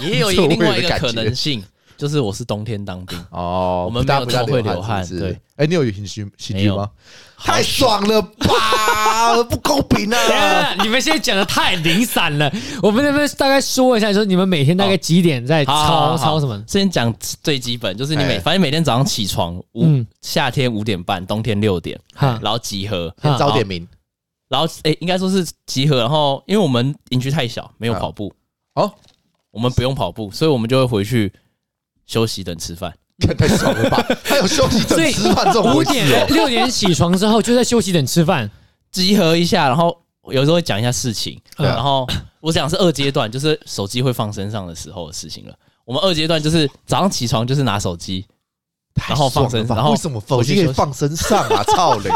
也有一
臭味
另外
的
一个
感
可
觉 <laughs>
能性，就是我是冬天当兵，
哦，
我们
大
没
家
有
不大
这么会
流
流汗
是不是
对，
哎，你有行军行
没
军
有
吗？太爽了吧，不公平
等一
<laughs>
啊！
下 <laughs> 你们现在讲的太零散了，我们能不能大概说一下，说你们每天大概几点在
好好
抄
好
抄什么？
先讲最基本，就是你每
哎
反正每天早上起床，五、
嗯
夏天五点半，冬天六点，
哈
然后集合，
哈
啊早点名
然后诶、应该说是集合，然后因为我们营区太小，没有跑步，
哦，
我们不用跑步，所以我们就会回去休息等吃饭。
看太爽了吧！还有休息等
所以
吃饭这种
五
回事
点
哦，
六点起床之后就在休息等吃
<laughs>
饭，
集合一下，然后有时候会讲一下事情，
对啊
然后我讲是二阶段，就是手机会放身上的时候的事情了。我们二阶段就是早上起床就是拿手机，然后放身
太爽了吧
然后
为什么手机可以放身上啊？操
<laughs>
嘞！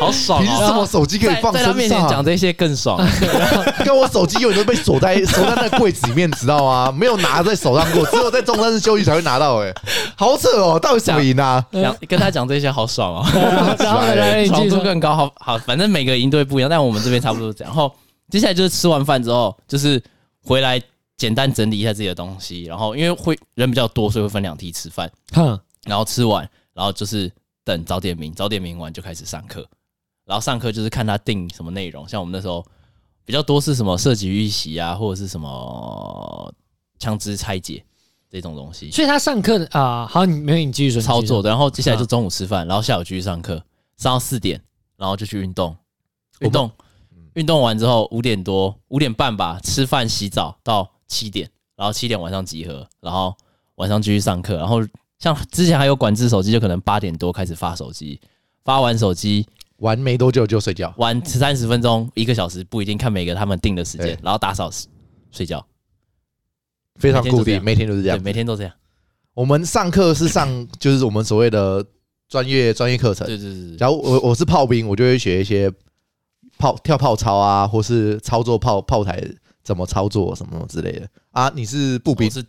好
<laughs>
爽
凭
哦！
什么手机可以
在
放
在他
身
面前讲
上？啊
这些更爽，
跟我手机永远都被锁在锁在那个柜子里面，你知道吗？没有拿在手上过，只有在中山市休息才会拿到。哎，好扯哦！到底怎么赢啊？
讲跟他讲这些好爽
<laughs>
哦。 <laughs>
然后哎呢，你继
爽
续
度
说
更高，好好，反正每个营队不一样，但我们这边差不多这样。然后接下来就是吃完饭之后，就是回来简单整理一下自己的东西，然后因为会人比较多，所以会分两梯吃饭，
哼，
然后吃完，然后就是等早点名，早点名完就开始上课，然后上课就是看他定什么内容，像我们那时候比较多是什么射击预习啊，或者是什么枪支拆解，这种东西
所以他上课的啊、好，你没有，你继续说
操作。
的。
然后接下来就中午吃饭，然后下午继续上课，上到四点，然后就去运动，运动，运动完之后五点多五点半吧，吃饭洗澡到七点，然后七点晚上集合，然后晚上继续上课，然后像之前还有管制手机，就可能八点多开始发手机，发完手机
玩没多久就睡觉，
玩三十分钟一个小时不一定，看每个他们定的时间
对，
然后打扫睡觉，
非常固
每天就这
定，每天都是这
样对，
样。
每天都这样，
我们上课是
<laughs>
上就是我们所谓的专业专业课程，
对对对对，
假如我我是炮兵，我就会学一些炮跳炮操啊，或是操作炮炮台怎么操作什么之类的啊。你是步兵
我哦是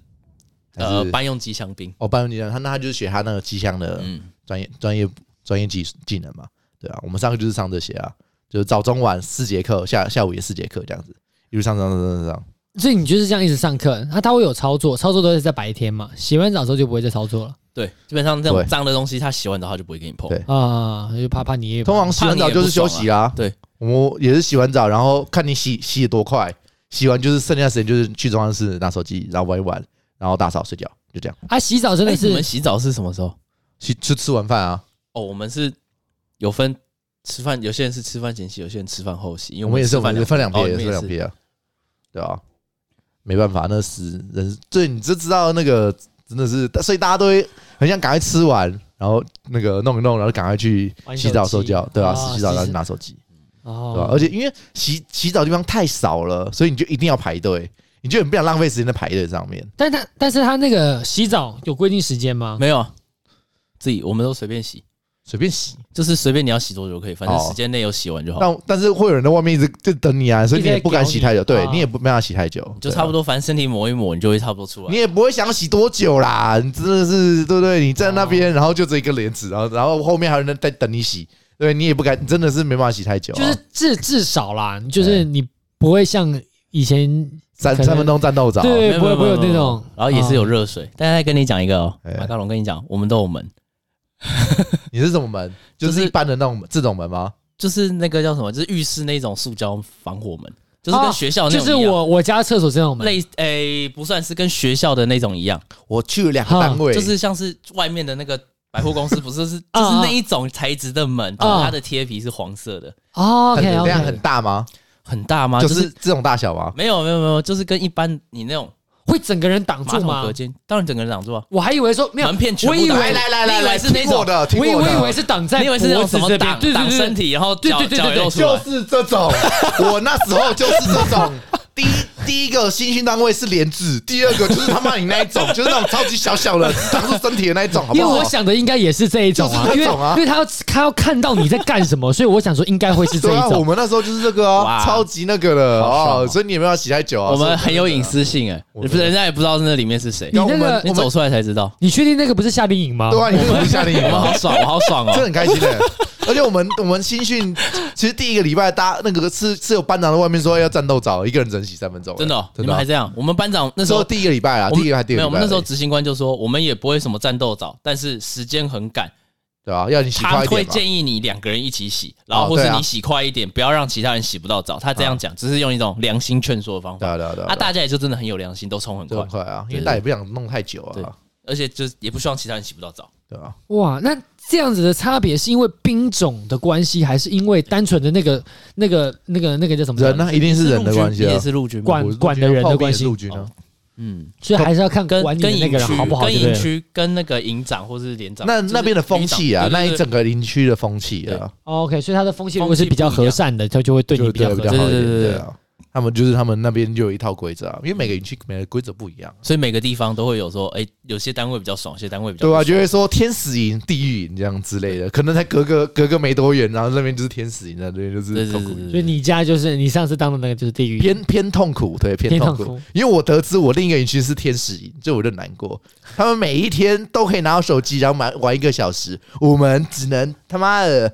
还
呃
是呃
班用机枪兵，
哦，班用机枪，他那他就是学他那个机枪的
嗯。
专业专业专业技技能嘛，对啊，我们上课就是上这些啊，就是早中晚四节课，下下午也四节课这样子，一路上上上上上上。
所以你就是这样一直上课，那、他会有操作，操作都是在白天嘛，洗完澡之后就不会再操作了
对，基本上这种
对
脏的东西，他洗完澡他就不会给你碰。
对
啊、就怕怕你也
通常洗完澡就是休息啦，
对，
我也是洗完澡，然后看你洗洗的多快，洗完就是剩下的时间就是去中央室拿手机，然后玩一玩，然后打扫睡觉，就这样。
啊，洗澡真的
哎你
是、
们洗澡是什么时候？
去吃吃完饭啊，
哦，我们是有分吃饭，有些人是吃饭前洗，有些人吃饭后洗，因为
我们也是
吃
我
饭
们分两
哦
批，
你
也
们
是分两
也是
批啊，对啊，没办法，那是人，对，你就知道那个真的是，所以大家都会很想赶快吃完，然后那个弄一弄，然后赶快去
玩手
洗澡
机
睡觉，对啊，
哦
洗澡然后
是
去拿手机，对吧
啊
哦？，
而且因为洗洗澡地方太少了，所以你就一定要排队，你就很不想浪费时间在排队上面。
但他但是他那个洗澡有规定时间吗？
没有啊，自己我们都随便洗，
随便洗，
就是随便你要洗多久都可以，反正
哦
时间内有洗完就好。
但但是会有人在外面一直就等你啊，所以
一
你
直在
也不敢
屌
洗
你
太久，对
哦
你也不没办法洗太久，对
就
啊
差不多，反正身体抹一抹，你就会差不多出来。
你也不会想洗多久啦，你真的是对不对？你站在那边，然后就这一个帘子，然后然后后面还有人在等你洗，对你也不敢，你真的是没办法洗太久啊，
就是至至少啦，就是你不会像以前
三
可能
三分钟战斗澡，
对
没有
不会
没有
不会有
没
那
没
种
然后也是有热水。但是再跟你讲一个哦
哎，
马卡龙跟你讲，我们都有门，
你是什么门？就
就是
是一般的那种门这种门吗？
就是那个叫什么，就是浴室那种塑胶防火门，就是
哦
啊
跟学校那
就
种
是
一样
我我家厕所这种门，
类诶、不算是跟学校的那种一样，
我去了两个单位，
就是像是外面的那个百货公司，不是是
<laughs> 啊
就
啊
是那一种材质的门，就是
啊
它的贴皮是黄色的，
哦
很
，OK
量
OK，
很大吗？
很大吗？
就
啊就是
是这种大小吗？
没有没有没有，就是跟一般你那种
会整个人挡
马
住
桶
吗
隔？间，当然整个人挡住啊，
我还以为说没有
门片全
我
部
以
打
为
开
来来来
你以
来，
为是那
听
种
我啊的，听
我以
我
我
的
以为是挡在
你以为是那种
脖子
什么
这边
挡
对对
挡
对
身体，然后脚
对对对
脚也
对
露出
就
来，
是这种，我那时候就是这种。第一第一个新训单位是连字，第二个就是他妈你那一种，就是那种超级小小的挡住身体的那一种，好
因
不
为
好？
我想的应该也是这一种啊，
就是
因
这
为
种啊 <laughs>
因为他要他要看到你在干什么，所以我想说应该会是这
对啊，
一
我
种。
们那时候就是这个啊，
哇
超级那个的
好爽
哦
哦，
所以你也没有洗太久啊。
我们很有隐
所以
私性哎，
我
不是人家也不知道那里面是谁
我，们
你那
然后我
个
们
你走出来才知道，
你确定那个不是夏令营吗？
对啊，你为什么不夏令
我
营
们
啊
<laughs> 好？爽，我好爽
这
哦，
很开心的。而且我们我们新训，其实第一个礼拜，大家那个是是有班长在外面说要战斗澡，一个人只能洗三分钟，
真的哦，你
真的
们
啊
还。这样，我们班长那
那
时
时
候
候第一个礼拜啊，
我
第
们
一个还是第二个
没有，我
礼拜而
们
已，
那时候执行官就说，我们也不会什么战斗澡，但是时间很赶，
对啊，要你洗
他
快一
会
点嘛。
建议你两个人一起洗，然后
哦
或是
对啊啊
你洗快一点，不要让其他人洗不到澡。他这样讲，只是用一种良心劝说的方
对
法。
啊对啊对
啊，
啊，
大家也就真的很有良心，都冲很
就
快
很，快啊，因
对
为
对
大家也不想弄太久
对
啊，
而且就是也不希望其他人洗不到澡。
对啊，
哇，那这样子的差别是因为兵种的关系，还是因为单纯的那个那个那个那个叫什么啊
人啊呢一定是人的关系
你
啊
也，是陆军吗，
管
我是陆军啊
管的人
炮
的
兵
关
也是
系
陆，军啊
哦。嗯，
所以还是要看
跟
管你的
跟
那
营
个人
区
好不好，
跟
对不
营
对？
区跟那个营长或是连长，
那
就是
那边的风气啊，
旅长
那一
对对对
整个营区的风气啊，
OK，所以他的风气如果是比较和善的，他就会对
就
你比较
对
和
比较
善。
好一点。
对对对
对啊，他们就是他们那边就有一套规则啊，因为每个营区每个规则不一样。
所以每个地方都会有说，哎，有些单位比较爽，有些单位比较
对啊，
不爽
就会说天使营、地狱营这样之类的，可能才隔个隔个没多远，然后那边就是天使营，那边就
对
是痛
对对
苦营
对
所以
对，
你家就是你上次当的那个就是地狱，
偏偏痛苦，对偏痛
偏痛
苦
苦。
因为我得知我另一个营区是天使营，这我就难过。他们每一天都可以拿到手机，然后玩玩一个小时，我们只能他妈的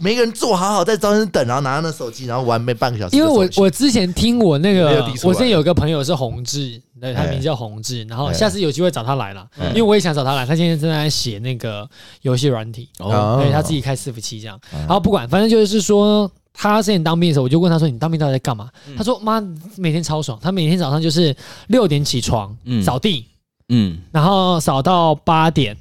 每个人坐好好在招生等，然后拿到那手机，然后玩没半个小时就
因为
送去。
我我之前听我那
没
个
有提，出来
我之前有个朋友是洪志，对，他
哎
名字叫洪志，然后
哎
下次有机会找他来了，
嗯
因为我也想找他来，他现在正在写那个游戏软体，
哦，
对他自己开伺服器这样，然后不管，反正就是说。他之前当兵的时候，我就问他说：“你当兵到底在干嘛？”他说：“妈，每天超爽。他每天早上就是六点起床，
嗯
扫地，
嗯，
然后扫到八点，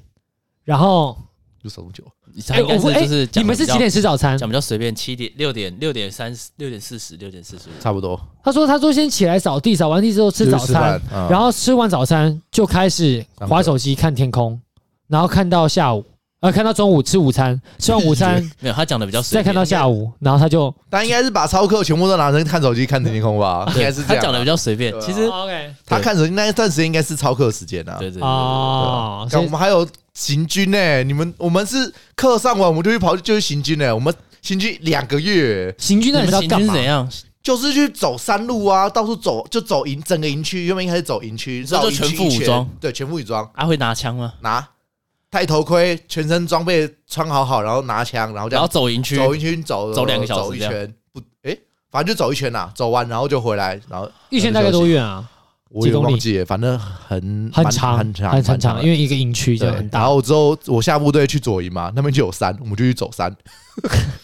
然后
就手酒，
他应该
我
是
哎
就是
你
讲
们是
比较
几点吃早餐？
讲比较随便，七点、六点、六点三十、六点四十、六点四十五，
差不多
他说他说先起来扫地，扫完地之后吃早餐，，然
后
后吃完早餐就开始划手机看天空，然后看到下午，呃，看到中午吃午餐，吃完午餐
没有他 <laughs> 讲的比较随
再
便，哦
看到下午，然后他就
但应该是把操课全部都拿成看手机看天空吧，应
对
该是这
他
样
讲的
啊。
比较随便
对，啊
其实
OK
他看手机那一段时间应该是操课时间啊。
对对对
哦，
看
所
我
以
们还有行军呢、你们我们是课上完我们就去跑，就是行军呢、我们行军两个月、
行军
你
那你知
们
道
行
干
军
嘛
是？怎样？
就是去走山路啊，到处走就走营整个营区，原本一开始走营区，
所以就
绕营区
全副
一圈
武装，
对，全副武装，
啊，会拿枪吗？
拿戴头盔，全身装备穿好好，然后拿枪，然后这
然
样
后走营区，
啊走一圈，走
走两个小时
走一
这样
圈，不，诶，反正就走一圈呐、走完然后就回来，然后
一圈大概多远啊？
我也忘记了，反正很
很
蛮
长，
很长，
很
蛮
长，
的
因为一个营区这
对
样很，
然
大。
后之后我下部队去左营嘛，那边就有山，我们就去走山， <laughs>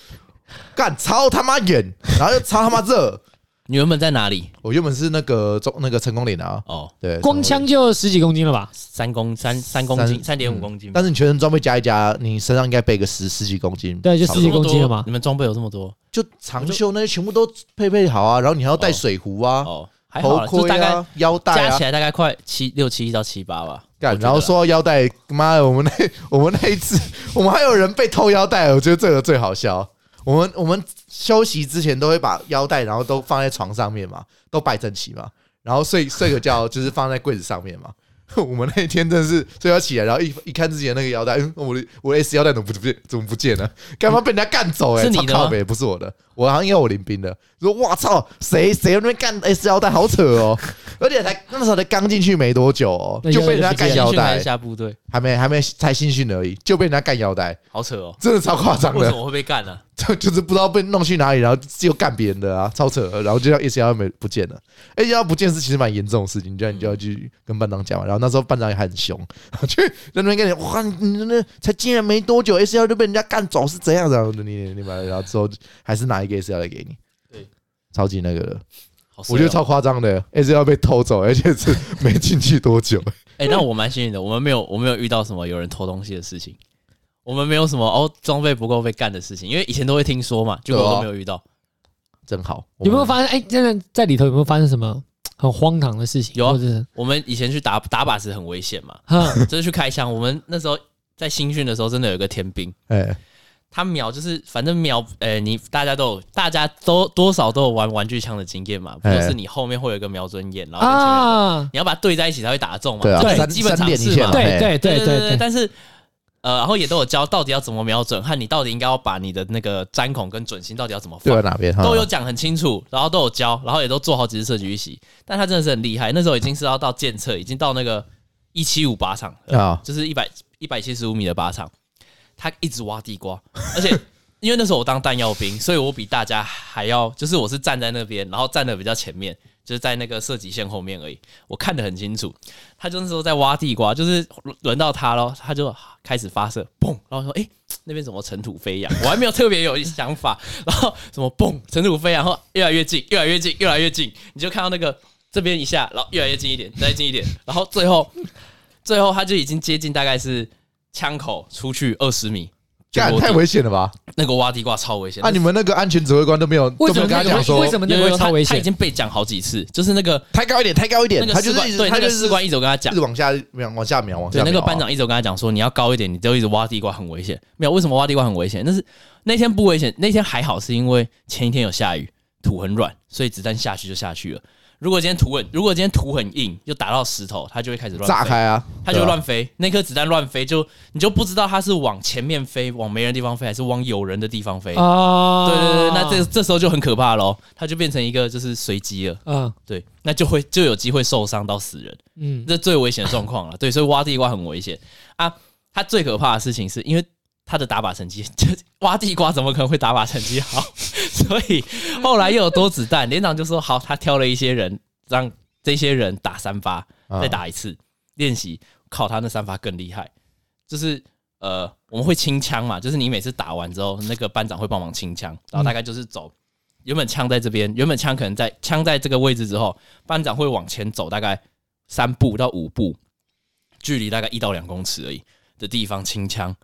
干超他妈远，然后又超他妈热。
你原本在哪里？
我原本是那个中那个成功岭啊，
哦，
对，
光
成
枪就十几公斤了吧？
三公三三
功
公
岭
斤，三点五
嗯
公斤吧。
但是你全身装备加一加，你身上应该背个十十几公斤，
对就
差
十
不
几
多
公斤了吗
这么多你们装备有这么多？
就长袖那些全部都配备好啊，然后你还要带水壶啊、
哦，还好
头
啦，就
盔
大概
啊、腰带
加
啊
起，来大概快七六七到七八吧。
干
我。觉得
然
啦
后说到腰带，妈的，我们那 <laughs> 我们那一次，我们还有人被偷腰带，我觉得这个最好笑。我们我们休息之前都会把腰带，然后都放在床上面嘛，都摆整齐嘛，然后睡睡个觉就是放在柜子上面嘛。 <laughs> 我们那一天真的是睡觉起来，然后一一看自己的那个腰带，嗯，我的我的 S 腰带怎么不见怎么不见了？干嘛被人家干走、欸？
是你的
超靠
吗
北不是我的，我好像应该我林斌的。说哇操，谁谁在那边干 S 腰带，好扯哦！而且才那时候才刚进去没多久哦，
那
就被
腰带
人
就不
家干
见
腰
新训还
带
是，下部队，
还没还没才新训而已，就被人家干腰带，
好扯哦。
真的超夸张
<laughs> 为
的，
什么会被干啊呢？
就就是不知道被弄去哪里，然后又干别人的啊，超扯的，然后就让 S 幺没不见了，S 幺不见是其实蛮严重的事情，这样你就要去跟班长讲嘛，然后那时候班长也很凶，然后去在那边跟你哇，你真的才进来没多久，S 幺就被人家干走是怎样的，然后你你你买了，然后之后还是拿一个 S 幺来给你，
对，
超级那个的，
好衰哦
我觉得超夸张的，S 幺被偷走， <laughs> 而且是没进去多久，
哎，那我蛮幸运的，我们没有我没有遇到什么有人偷东西的事情，我们没有什么哦装备不够被干的事情，因为以前都会听说嘛，结果
对啊
我都没有遇到。
真好，
有没有发生？哎，真的在里头有没有发生什么很荒唐的事情？
有啊
或者是
我们以前去打打靶时很危险嘛，
哼
就是去开枪。我们那时候在新训的时候，真的有一个天兵，
哎，
他瞄就是反正瞄，呃，你大家都有，大家都多少都有玩玩具枪的经验嘛，不
哎
就是你后面会有一个瞄准眼，然后跟前面、
啊，
你要把它对在一起才会打中嘛，
对啊
这个
三
基本
三
常
点一
识
线
嘛，
嘛
对对对
对
对对，
但是。呃，然后也都有教到底要怎么瞄准，和你到底应该要把你的那个粘孔跟准心到底要怎么
对
放
到，哪边哈
嗯
都有讲很清楚，然后都有教，然后也都做好几次射击预习。但他真的是很厉害，那时候已经是要到建测，已经到那个一七五靶场，
啊，
就是一百一百七十五米的靶场，他一直挖地瓜，而且因为那时候我当弹药兵，所以我比大家还要，就是我是站在那边，然后站的比较前面，就是在那个射击线后面而已，我看得很清楚。他就那时候在挖地瓜，就是轮到他咯，他就开始发射，嘣，然后说，诶，那边怎么尘土飞扬？我还没有特别有想法， <laughs> 然后怎么嘣，尘土飞扬，然后越来越近，越来越近，越来越近，你就看到那个这边一下，然后越来越近一点，再近一点，然后最后最后他就已经接近大概是枪口出去二十米，
干
就落地
太危险了吧？
那个挖地瓜超危险。
啊，你们那个安全指挥官都没有都
为
没
什么
有跟
那
他讲
个会
说
为什么那
有
个
有
会
他
超危
他已
险？
经被讲好几次，就是那个
抬高一点，抬高一
那
点，
个
他就
士
是
官
一直
对
他
那
就
个
是
士官一直有跟他讲
一直，往下瞄，往下瞄，往
对
下
那
瞄啊。
个班长一直有跟他讲说你要高一点，你都一直挖地瓜很危险。没有为什么挖地瓜很危险？但是那天不危险，那天还好是因为前一天有下雨，土很软，所以子弹下去就下去了。如果今天土很，如果今天土很硬，就打到石头，它就会开始乱
炸
飞
开啊，
它就
对啊
会乱飞，那颗子弹乱飞，就你就不知道它是往前面飞，往没人的地方飞，还是往有人的地方
哦
飞。
啊，
对对对，那这这时候就很可怕喽，它就变成一个就是随机了，
嗯
对，那就会就有机会受伤到死人，
嗯
这最危险的状况啊了。对，所以挖地瓜很危险啊。它最可怕的事情是因为它的打靶成绩， <laughs> 就挖地瓜怎么可能会打靶成绩好？ <laughs> 所以后来又有多子弹，连长就说好，他挑了一些人，让这些人打三发，
啊
再打一次练习。靠，他那三发更厉害，就是呃，我们会清枪嘛，就是你每次打完之后，那个班长会帮忙清枪，
嗯
然后大概就是走。原本枪在这边，原本枪可能在枪在这个位置之后，班长会往前走大概三步到五步，距离大概一到两公尺而已的地方清枪。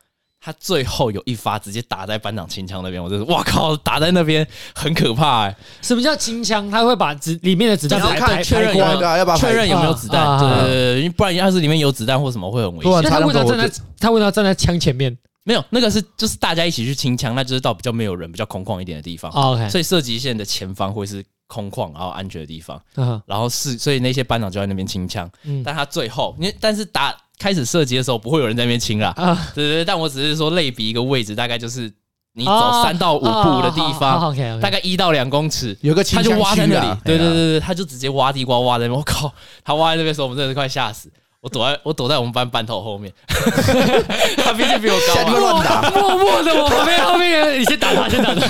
他最后有一发直接打在班长清枪那边，我就是哇靠，打在那边很可怕、欸。
什么叫清枪？他会把子里面的子弹
要
排
看
排
确认
排
有
光
没
对
啊。
啊，要把它
确认有没有
啊
子弹，
啊
对
啊
对对对，因为不然要是里面有子弹或什么会很危
突然
那
险。
插
他
那
为
么
啥
多，
站
我
在他为啥站在枪前面
没有，那个是就是大家一起去清枪，那就是到比较没有人、比较空旷一点的地方。
哦？OK，
所以射击线的前方会是空旷然后安全的地方，
嗯
然后是所以那些班长就在那边清枪，
嗯
但他最后因为但是打开始射击的时候不会有人在那边清啦，
啊，
对对对，但我只是说类比一个位置，大概就是你
哦
走三到五步的地方，
，OK，
大概一到两公尺，
有个清
他就
枪
挖在
区
那
啊
里，对对
哎
对
呀
对，他就直接挖地瓜挖在那边，我靠，他挖在那边的时候，我们真的是快吓死。我躲在我躲在我们班班头后面，他毕竟比我
下地
高、
方乱
啊，
打，
默默的，我旁 <laughs> 边后面人，你先打他，先打他，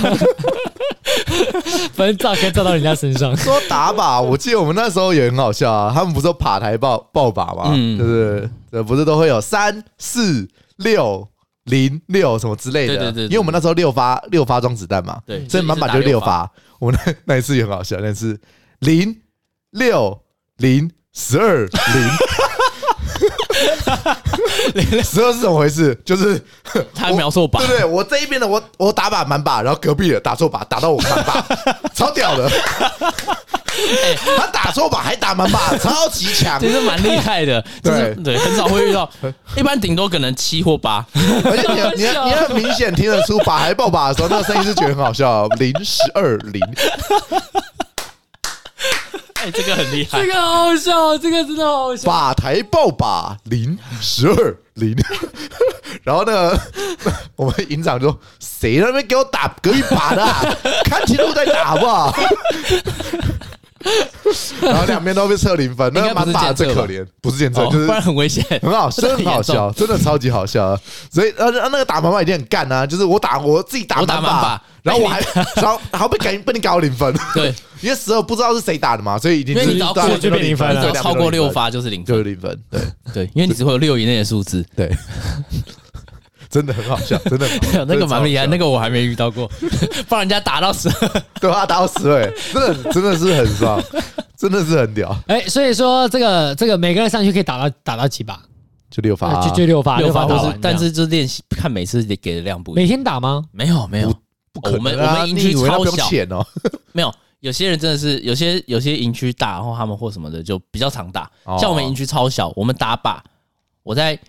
反正炸可以炸到人家身上。
说打靶，我记得我们那时候也很好笑啊，他们不是有爬台爆爆靶吗？
嗯
对不对？这不是都会有三四六零六什么之类的？
对对对对
因为我们那时候六发六发装子弹嘛，
对，
所以满满就
六
六。发。我们那那一次也很好笑，那次零六零十二
<laughs>
零。十二是怎么回事？就是
他描述吧
对，对，我这一边的我我打靶满靶，然后隔壁的打错靶，打到我满靶，超屌的。他打错靶还打满靶，超级强
其，实蛮厉
<laughs>
害的，就是对，很少会遇到，一般顶多可能七或八。
而且你你你很明显听得出靶还爆靶的时候，那个声音是觉得很好笑，零十二零，
哎，这个很厉
<laughs>
害
这，个好好笑，这个真的好好笑。
靶台爆靶零十二零， <laughs> 然后呢，我们营长就说谁在那边给我打隔壁靶
<laughs>
的、啊，看清楚再打好不好？然后两边都被测零分，那
应
个
该不
满
是
靶的最
监测
可
吧
怜，不是检测，
哦
就是嗯
不然很危险。
很好，
<laughs> 真的
真的很好
很严重
笑，真的超级好笑啊！所以呃，那那个打满靶一定很干啊，就是我打我自己打
我打
满靶
满靶，
然后我还 <laughs> 然后然后被赶被你搞零
<laughs>
分，
对，
因为十二不知道是谁打的嘛，所以已经
因为
是
你只要
对啊
过
就变零分
你
了
只要超过六，
对
发就是零
对
分
对，两边都零分就是零分，
对，因为你只会有六以内的数字。
对对， <laughs> 真的很好
<laughs>
笑，真的很好笑
啊那个蛮厉害，
真的超好笑
那个我还没
<laughs>
遇到过，帮人家打到死。
对啊，打到十二，真的真的是很
<laughs>
爽，真的是很屌，
哎，所以说这个这个每个人上去可以打到打到几把？
就六发啊，
就就六发，
六发
打
或是
完，
但是就练习看每次给的量不一
每
样。
天打吗？
没有没有，
不可
我们
能啊
我们营
你
区
以为那
超
不用
小
钱哦，
没有，有些人真的是有些有些营区大，然后他们或什么的就比较常打。
哦
像我们营区超小，我们打靶，我在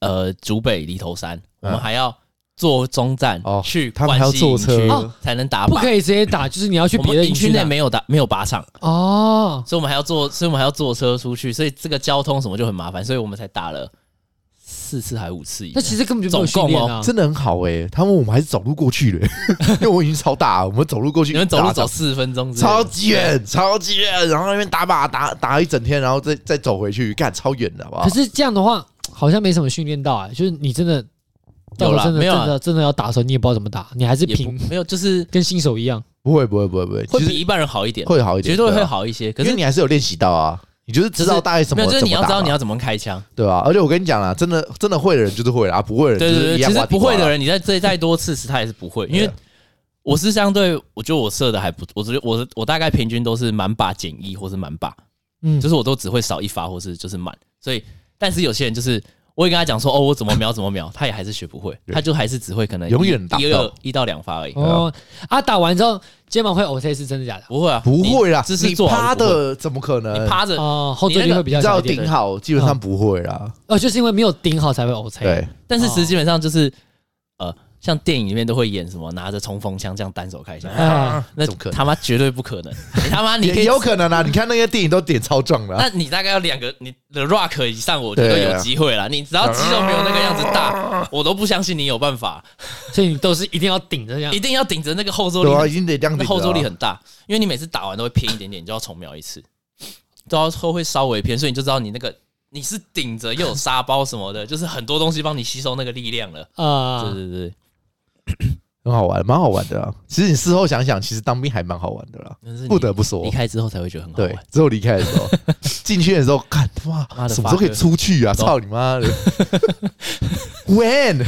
呃竹北犁头山，我们还要坐中站
嗯哦
去
他们
关
还要
西
坐
营区
车
哦
才能打
不
靶。
可以直接打，就是你要去
我
别
们
的
营区
区
内
打
没有打没有靶场，
哦。
所以我们还要坐，所以我们还要坐车出去，所以这个交通什么就很麻烦，所以我们才打了四次还五次以
那
内。
其实根本就没有训练啊。
真的很好哎、他们我们还是走路过去
<laughs>
的，因为我已经超大了，我们走路过去，
你们走路
打
走四十分钟之类的，
超级远，超级远，然后那边打靶打打一整天，然后再再走回去，干超远的，好不
啊
好
可？是这样的话，好像没什么训练到啊。就是你真的到时
有啦
候真的
没有啊
真的真的要打的时候，你也不知道怎么打，你还是
也不
凭
没有，就是
跟新手一样。
不会不会不会不会，
会
其
比
实
一般人好一点，
会好一
绝
点，
对会
啊，
好一些。可
因
是
为你还是有练习到啊，你就是知
就是
道大概什
没
么
有，就是你要知道
怎么
你
打嘛
要怎么开枪。
对吧？而且我跟你讲啦，真的真的会的人就是会啦，啊不会的
对
人就
对
是一
对，
样
其
挖
实
地
不
瓜
会
啦
的，人，你再再再多次次他也是不
<laughs>
会，因
对
为
啊
我是相对，我觉得我射的还不，我觉得我我大概平均都是满靶减一或是满靶，
嗯
就是我都只会少一发或是就是满，所以但是有些人就是。我也跟他讲说，哦，我怎么瞄怎么瞄，他也还是学不会，
对
他就还是只会可能
永远打不
一
到
二一到两发而已，
哦啊，打完之后肩膀会 O C 是真的假的？
不会啊，
不会啦
你，姿势
你
做好
趴
就不会，
的怎么可能
你？趴着，
哦，后坐力会比
你
较
知道
小一点。嗯
顶好，基本上不会啦。
哦，就是因为没有顶好才会 O C。
对，
但是其
哦
实基本上就是，呃，像电影里面都会演什么拿着冲锋枪这样单手开枪， <laughs>
啊，
那
怎么可能
他妈绝对不可
<laughs>
能！你他妈你可
也
以
有可能啊。你看那些电影都点超壮的啊，
那你大概要两个你的 rock 以上，我觉得
对啊
有机会啦。你只要肌肉没有那个样子大，我都不相信你有办法。
所以你都是一定要顶着这样
一。定要顶着那个后坐力
对啊，
很，
已经得这样顶了啊
那后坐力很大，因为你每次打完都会偏一点点，你就要重瞄一次，到后会稍微偏，所以你就知道你那个你是顶着又有沙包什么的，就是很多东西帮你吸收那个力量了。对
啊，
对对，
很好玩，蛮好玩的啊。其实你事后想想，其实当兵还蛮好玩的啦。
嗯但是你
不得不说
离，开之后才会觉得很好
对
玩。，
只有离开的时
<laughs>
候，进去的时候，看他妈
妈的
什么时候可以出去啊？
发哥
操你妈
<laughs>
的！When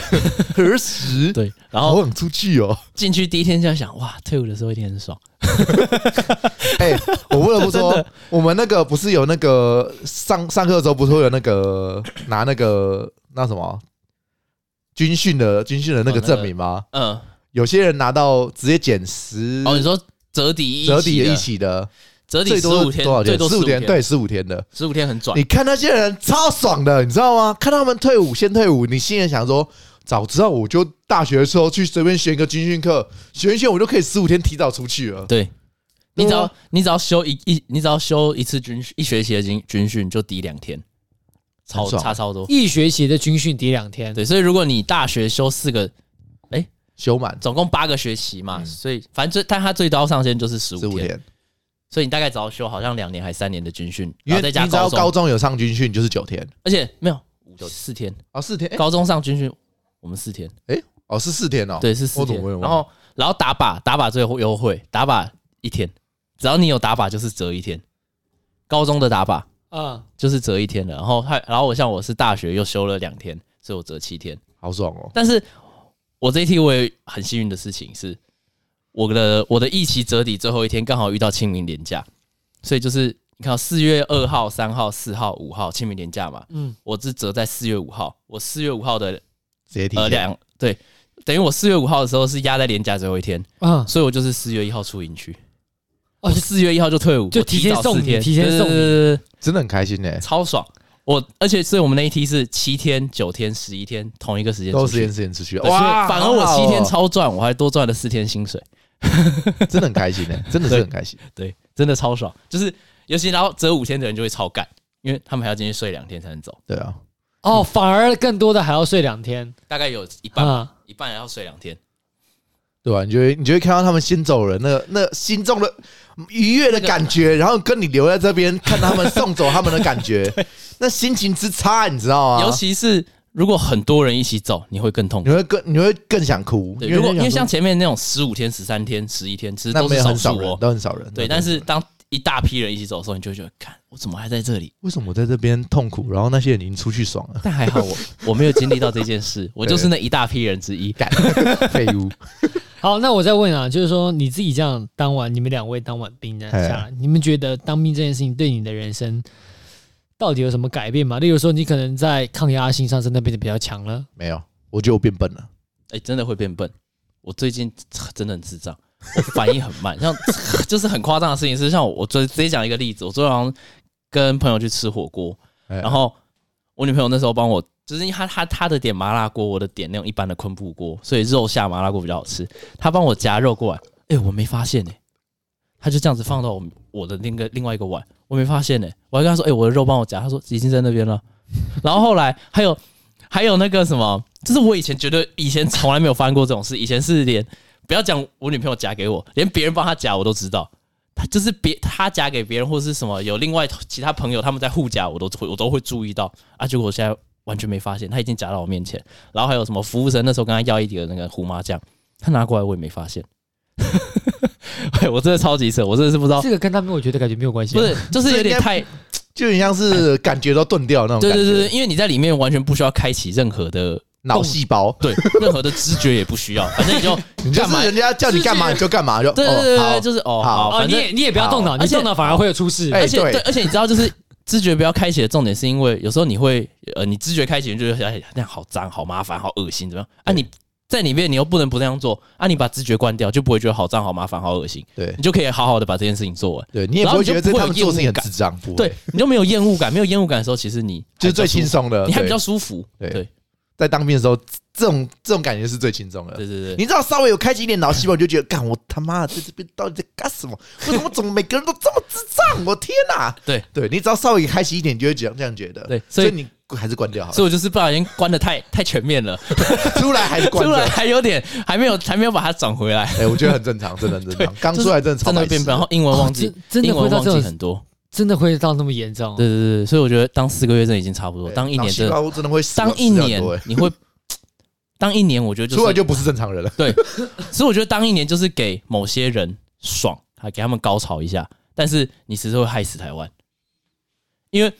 何时？
对，然后
好想出去哦！
进去第一天就在想，哇，退伍的时候一定很爽。
<laughs> 哎、我不得不
真
说，我们那个不是有那个上上课的时候，不是会有那
<coughs>
个拿那个那什么军训的军训的那
哦那
个
个
证明吗？
嗯，
有些人拿到直接减十，
哦，你说折抵一
折抵
的
一，起的，
折抵
最
十
多
五
多
天，
少
最
天？
多
十
15
五天，对，十五天的。
十五天很拽
你。看那些人超爽的，你知道吗？看他们退伍先退伍，你心里想说，早知道我就大学的时候去随便选一个军训课，选一选我就可以十五天提早出去了。
对，你只
对
要
啊
你只要休一一，你只要休一次军训，一学期的军军训就抵两天，超
很爽
差超多。
一学期的军训抵两天，
对，所以如果你大学休四个，
修满
总共八个学期嘛，所以反正最但它最高上限就是十
嗯十
五
五
天，
天，
所以你大概只要休好像两年还三年的军训，
因
然
为
后再
你
加
只要
高
高
中，
中有上军训就是九天
而且没有五四天，
哦，四天，哎
高中上军训我们四天，
哦是四天哦，
对，是四
我怎
天
么会。忘
然后然后打靶打靶最优惠，打靶一天，只要你有打靶就是折一天，高中的打靶。
啊，
就是折一天了，然后还然后我像我是大学又休了两天，所以我折七天。
好爽哦，
但是我这一题我也很幸运的事情是，我的我的一期折抵最后一天刚好遇到清明连假，所以就是你看四月二号、三号、四号、五号清明连假嘛，
嗯，
我是折在四月五号，我四月五号的
直接提
呃
前
两对，等于我四月五号的时候是压在连假最后一天，
啊，
所以我就是四月一号出营区。
哦
哦，四月一号就退伍，
就
我
提前
早
送
四
你
天
提前
对对
送你
对对对
真的很开心呢，
超爽。我而且所以我们那一梯是七天、九天、十一天，同一个时间
都
出
时
去。
间时间出去，
对所以
哇，
反而我
好好哦
七天超赚，我还多赚了四天薪水，
<laughs> 真的很开心呢，真的是很开心，
对，真的超爽。就是尤其然后折五天的人就会超干，因为他们还要进去睡两天才能走，
对啊，
哦，反而更多的还要睡两天
大概有一半、
啊，
一半要睡两天。
对啊吧？你就会你就会看到他们先走人，那那心中的愉悦的感觉，然后跟你留在这边看他们送走他们的感
<laughs>
觉，那心情之差，你知道吗？
尤其是如果很多人一起走，你会更痛苦
你。会更你会更想哭，
对，如果因
就
为
想
像
说
前面那种十五天、十三天、十一天，其实
那
都
没
是
有
少
很少
数
人，
哦。
都很少人，
对，
都
但
很少人
是当一大批人一起走的时候，你就会觉得，看我怎么还在这里？
为什么我在这边痛苦，然后那些人已经出去爽了？
但还好我我没有经历到这件事，我就是那一大批人之一。 <laughs>
干废物，
好，那我再问啊，就是说你自己这样当完，你们两位当完兵呢，
哎
下来，你们觉得当兵这件事情对你的人生到底有什么改变吗？例如说，你可能在抗压性上真的变得比较强了，
没有，我觉得我变笨了。
哎、真的会变笨。我最近真的很智障，我反应很慢，像 <laughs> 就是很夸张的事情是，像我我昨直接讲一个例子，我昨天晚上跟朋友去吃火锅，
哎
然后我女朋友那时候帮我，就是因为她她她的点麻辣锅，我的点那种一般的昆布锅，所以肉下麻辣锅比较好吃，她帮我夹肉过来，哎、我没发现哎、她就这样子放到我我的那个另外一个碗，我没发现哎、我还跟她说，哎、我的肉帮我夹，她说已经在那边了，然后后来还有还有那个什么，就是我以前觉得以前从来没有发生过这种事，以前是连不要讲我女朋友夹给我，连别人帮她夹我都知道。她就是别她夹给别人或是什么有另外其他朋友他们在互夹，我都会我都会注意到啊。结果我现在完全没发现，她已经夹到我面前。然后还有什么服务生那时候跟她要一碟那个胡麻酱，她拿过来我也没发现。哎 <laughs> 我真的超级扯，我真的是不知道
这，个跟他们我觉得感觉没有关系啊，
哦不是就是有点太
就很像是感觉都钝掉那种
哎对
感觉，
对对，对因为你在里面完全不需要开启任何的
脑细胞，
对， <laughs> 任何的知觉也不需要，反
<laughs>
正你就
你就
干嘛
是？人家叫你干嘛
是
你就干嘛，就
对对对
哦
对，
好
就是哦，
好
好，
哦，
反
你
正
也你也不要动脑，
好
你
而且
动脑反而会有出事。
哎
而且
对
对，而且你知道，就是知觉不要开启的重点，是因为有时候你会呃，你知觉开启，你就觉得哎那样好脏、好麻烦、好恶心，怎么样？啊，你在里面你又不能不那样做啊，你把知觉关掉，就不会觉得好脏、好麻烦、好恶心，
对
你就可以好好的把这件事情做完。
对，你也
然
不
后
会
你就
觉得这
不会
他们
有
做事情
厌恶
很
感
智障，不会
对，，你就没有厌恶感，没有厌恶感的时候，其实你
就是最
还比较
轻
舒服，
松的，
你还比
对
较舒服。
对
对
在当兵的时候，这种这种感觉是最轻松的，
对对对，
你知道稍微有开启一点脑细胞，你就觉得，干我他妈的在这边到底在干什么？为什么怎么每个人都这么智障？我天哪、
对
对，你只要稍微开启一点，你就会这样这样觉得。
对
所
所以
以你还是关掉好
<laughs>
了，
所以我就是不小心关的太太全面了，
出来还是关
出来
掉。
还有点还没有还没有把它转回来。
哎、我觉得很正常，真的很正常。刚出来真的超
真
白
的会
痴
变笨，然后英文忘记
哦，真真的
英
会
文
到
忘
这
记
种
很多。
真的会到那么严重？
对对对，对所以我觉得当四个月真的已经差不多，
对
当一
脑
年
细
真的，
胞真的会死
当一
死很
年
多哎
你会，当一年我觉得
出
就
来
是，
就不是正常人了。
所以我觉得当一年就是给某些人爽，还给他们高潮一下，但是你其实会害死台湾，因为嗯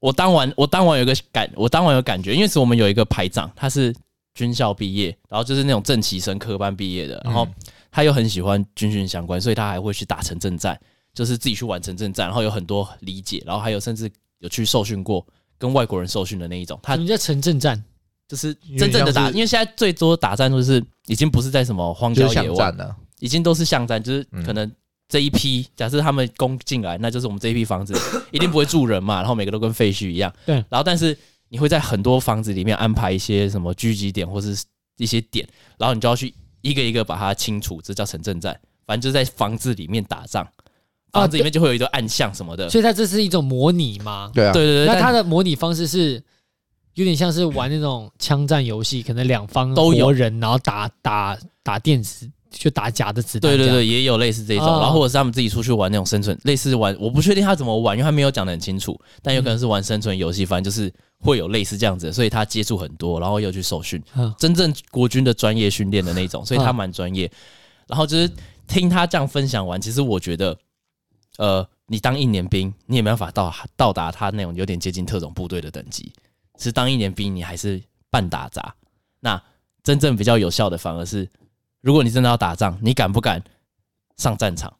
我当完我当完有个感，我当完有感觉，因为是我们有一个排长，他是军校毕业，然后就是那种正旗生科班毕业的，然后
嗯
他他又很喜欢军训相关，所以他还会去打城镇战，就是自己去玩城镇战，然后有很多理解，然后还有甚至有去受训过，跟外国人受训的那一种。他
什么叫城镇战？
就是真正的打，
有点像是
因为现在最多打战就是已经不是在什么荒
就
郊
是
野
巷
外，
战呢、啊，
已经都是巷战，就是
嗯
可能这一批，假设他们攻进来，那就是我们这一批房子一定不会住人嘛，然后每个都跟废墟一样。
对
然后但是你会在很多房子里面安排一些什么聚集点或是一些点，然后你就要去一个一个把它清除，这叫城镇战。反正就在房子里面打仗，
啊
房子里面就会有一个暗巷什么的。
所以它这是一种模拟吗？
对啊，
对对对，
那
但
它的模拟方式是有点像是玩那种枪战游戏，可能两方
都有
活人，然后打打打电子，就打假的子弹。
对对，对，也有类似这种，
哦
然后或者是他们自己出去玩那种生存，类似玩，我不确定他怎么玩，因为他没有讲的很清楚，但有可能是玩生存游戏，反正就是会有类似这样子的，所以他接触很多，然后又去受训，
嗯
真正国军的专业训练的那种，所以他蛮专业。然后就是听他这样分享完，其实我觉得，呃，你当一年兵，你也没办法到到达他那种有点接近特种部队的等级，其实当一年兵你还是半打杂。那真正比较有效的，反而是如果你真的要打仗，你敢不敢上战场？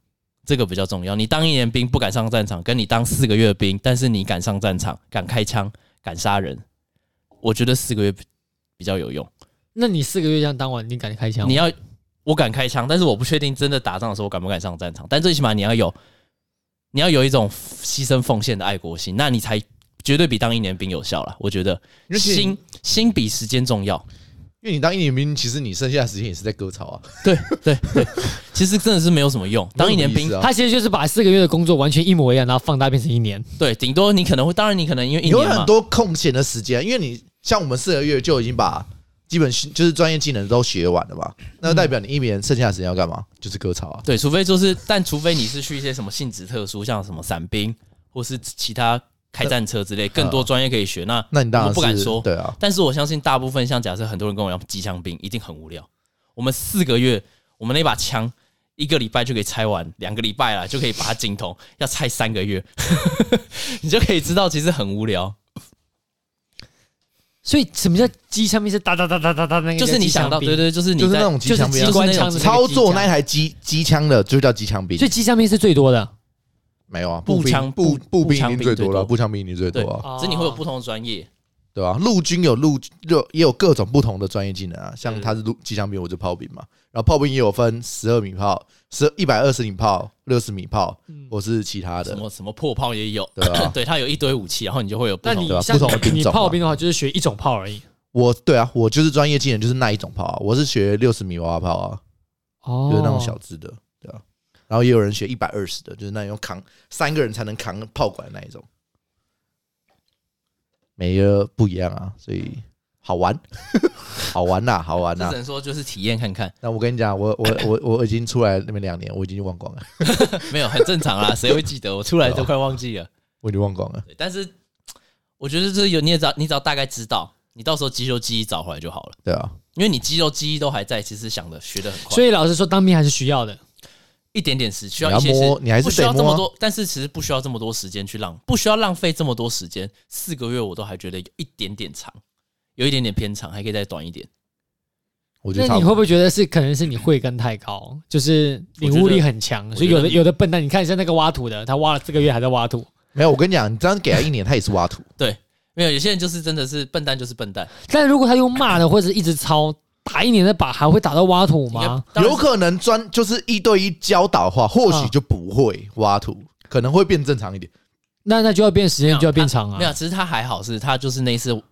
这个比较重要。你当一年兵不敢上战场，跟你当四个月兵，但是你敢上战场、敢开枪、敢杀人，我觉得四个月比比较有用。
那你四个月这样当完，你敢开枪吗？
你要我敢开枪，但是我不确定真的打仗的时候我敢不敢上战场。但最起码你要有，你要有一种牺牲奉献的爱国心，那你才绝对比当一年兵有效了。我觉得
因为其实
心心比时间重要。
因为你当一年兵，其实你剩下的时间也是在割草啊。
对对对， <laughs> 其实真的是没有什么用。当一年
没有什么意
兵
思，啊
他其实就是把四个月的工作完全一模一样，然后放大变成一年。
对，顶多你可能会，当然你可能因为一
有
年
很
嘛，
多空闲的时间，因为你像我们四个月就已经把基本训就是专业技能都学完了嘛，
嗯
那就代表你一年剩下的时间要干嘛？就是割草啊。
对，除非就是，但除非你是去一些什么性质特殊，像什么伞兵或是其他开战车之类，更多专业可以学。那
嗯那你当然
我
是
不敢说
对啊，
但是我相信大部分像假设很多人跟我一样机枪兵，一定很无聊。我们四个月，我们那把枪一个礼拜就可以拆完，两个礼拜啦就可以把它精通，要拆三个月， <laughs> 你就可以知道其实很无聊。
所以什么叫机枪兵？是哒哒哒哒哒哒那个叫机
就
枪兵？
是你想到，对对，就是你
就是那
在
种机枪兵
就是
啊
机关枪的那个机枪
操作那一台机机枪的就叫机枪兵
所，以机枪兵是最多的。
没有啊，
步
兵
枪
步
步
步兵
枪
一定
兵
最
最
多了，
多
步枪兵一定最多啊，
哦只是你会有不同的专业，
对吧？陆军有陆就也有各种不同的专业技能
嗯
啊，像他是陆机枪兵，我就炮兵嘛，然后炮兵也有分十二米炮、十一百二十米炮、六十米炮，
哦
或是其他的
嗯什，么什么破炮也有，
对
<coughs>
吧？
对，它有一堆武器，然后你就会有不
那
同
你
的。
对啊
像
不同的兵
你
种嘛
炮兵的话，就是学一种炮而已。
我对啊，我就是专业技能就是那一种炮啊，我是学六十米娃娃炮啊，
哦
就是那种小支的，对啊。然后也有人学一百二十的，就是那种扛三个人才能扛炮管的那一种，每个不一样啊，所以好玩， <laughs> 好玩呐、好玩呐、啊
这只能说就是体验看看，
那我跟你讲，我我我我已经出来那么两年，我已经忘光了，
没有很正常啦，谁会记得？我出来都快忘记了。
我已经忘光了。
对，但是我觉得这有你也只要你只要大概知道，你到时候肌肉记忆找回来就好了。
对啊，
因为你肌肉记忆都还在，其实想的学的很快，
所以老实说，当兵还是需要的。
一点点时需
你要
要一些时
摸，，你还
不
是
需要
得
这么
摸啊。
多，但是其实不需要这么多时间去浪，不需要浪费这么多时间。四个月我都还觉得有一点点长，有一点点偏长，还可以再短一点。
我觉
那
得差
你
不
会
多。
不会觉得是可能是你慧根太高，就是领悟力很强，
我
所
觉得
以有的有的笨蛋，你看一下那个挖土的，他挖了这个月还在挖土，
没有，我跟你讲，你这样给他一年，他也是挖土。
没有，有些人就是真的是笨蛋，就是笨蛋。
但如果他用骂的或者一直抄，打一年的靶还会打到挖土
应该
吗？
当然
有可能专就是一对一教导的话，或许就不会挖土，
啊
可能会变正常一点。
那那就要变时
没
间
有
就要变长啊
没。有，其实他还好是，他就是那一次，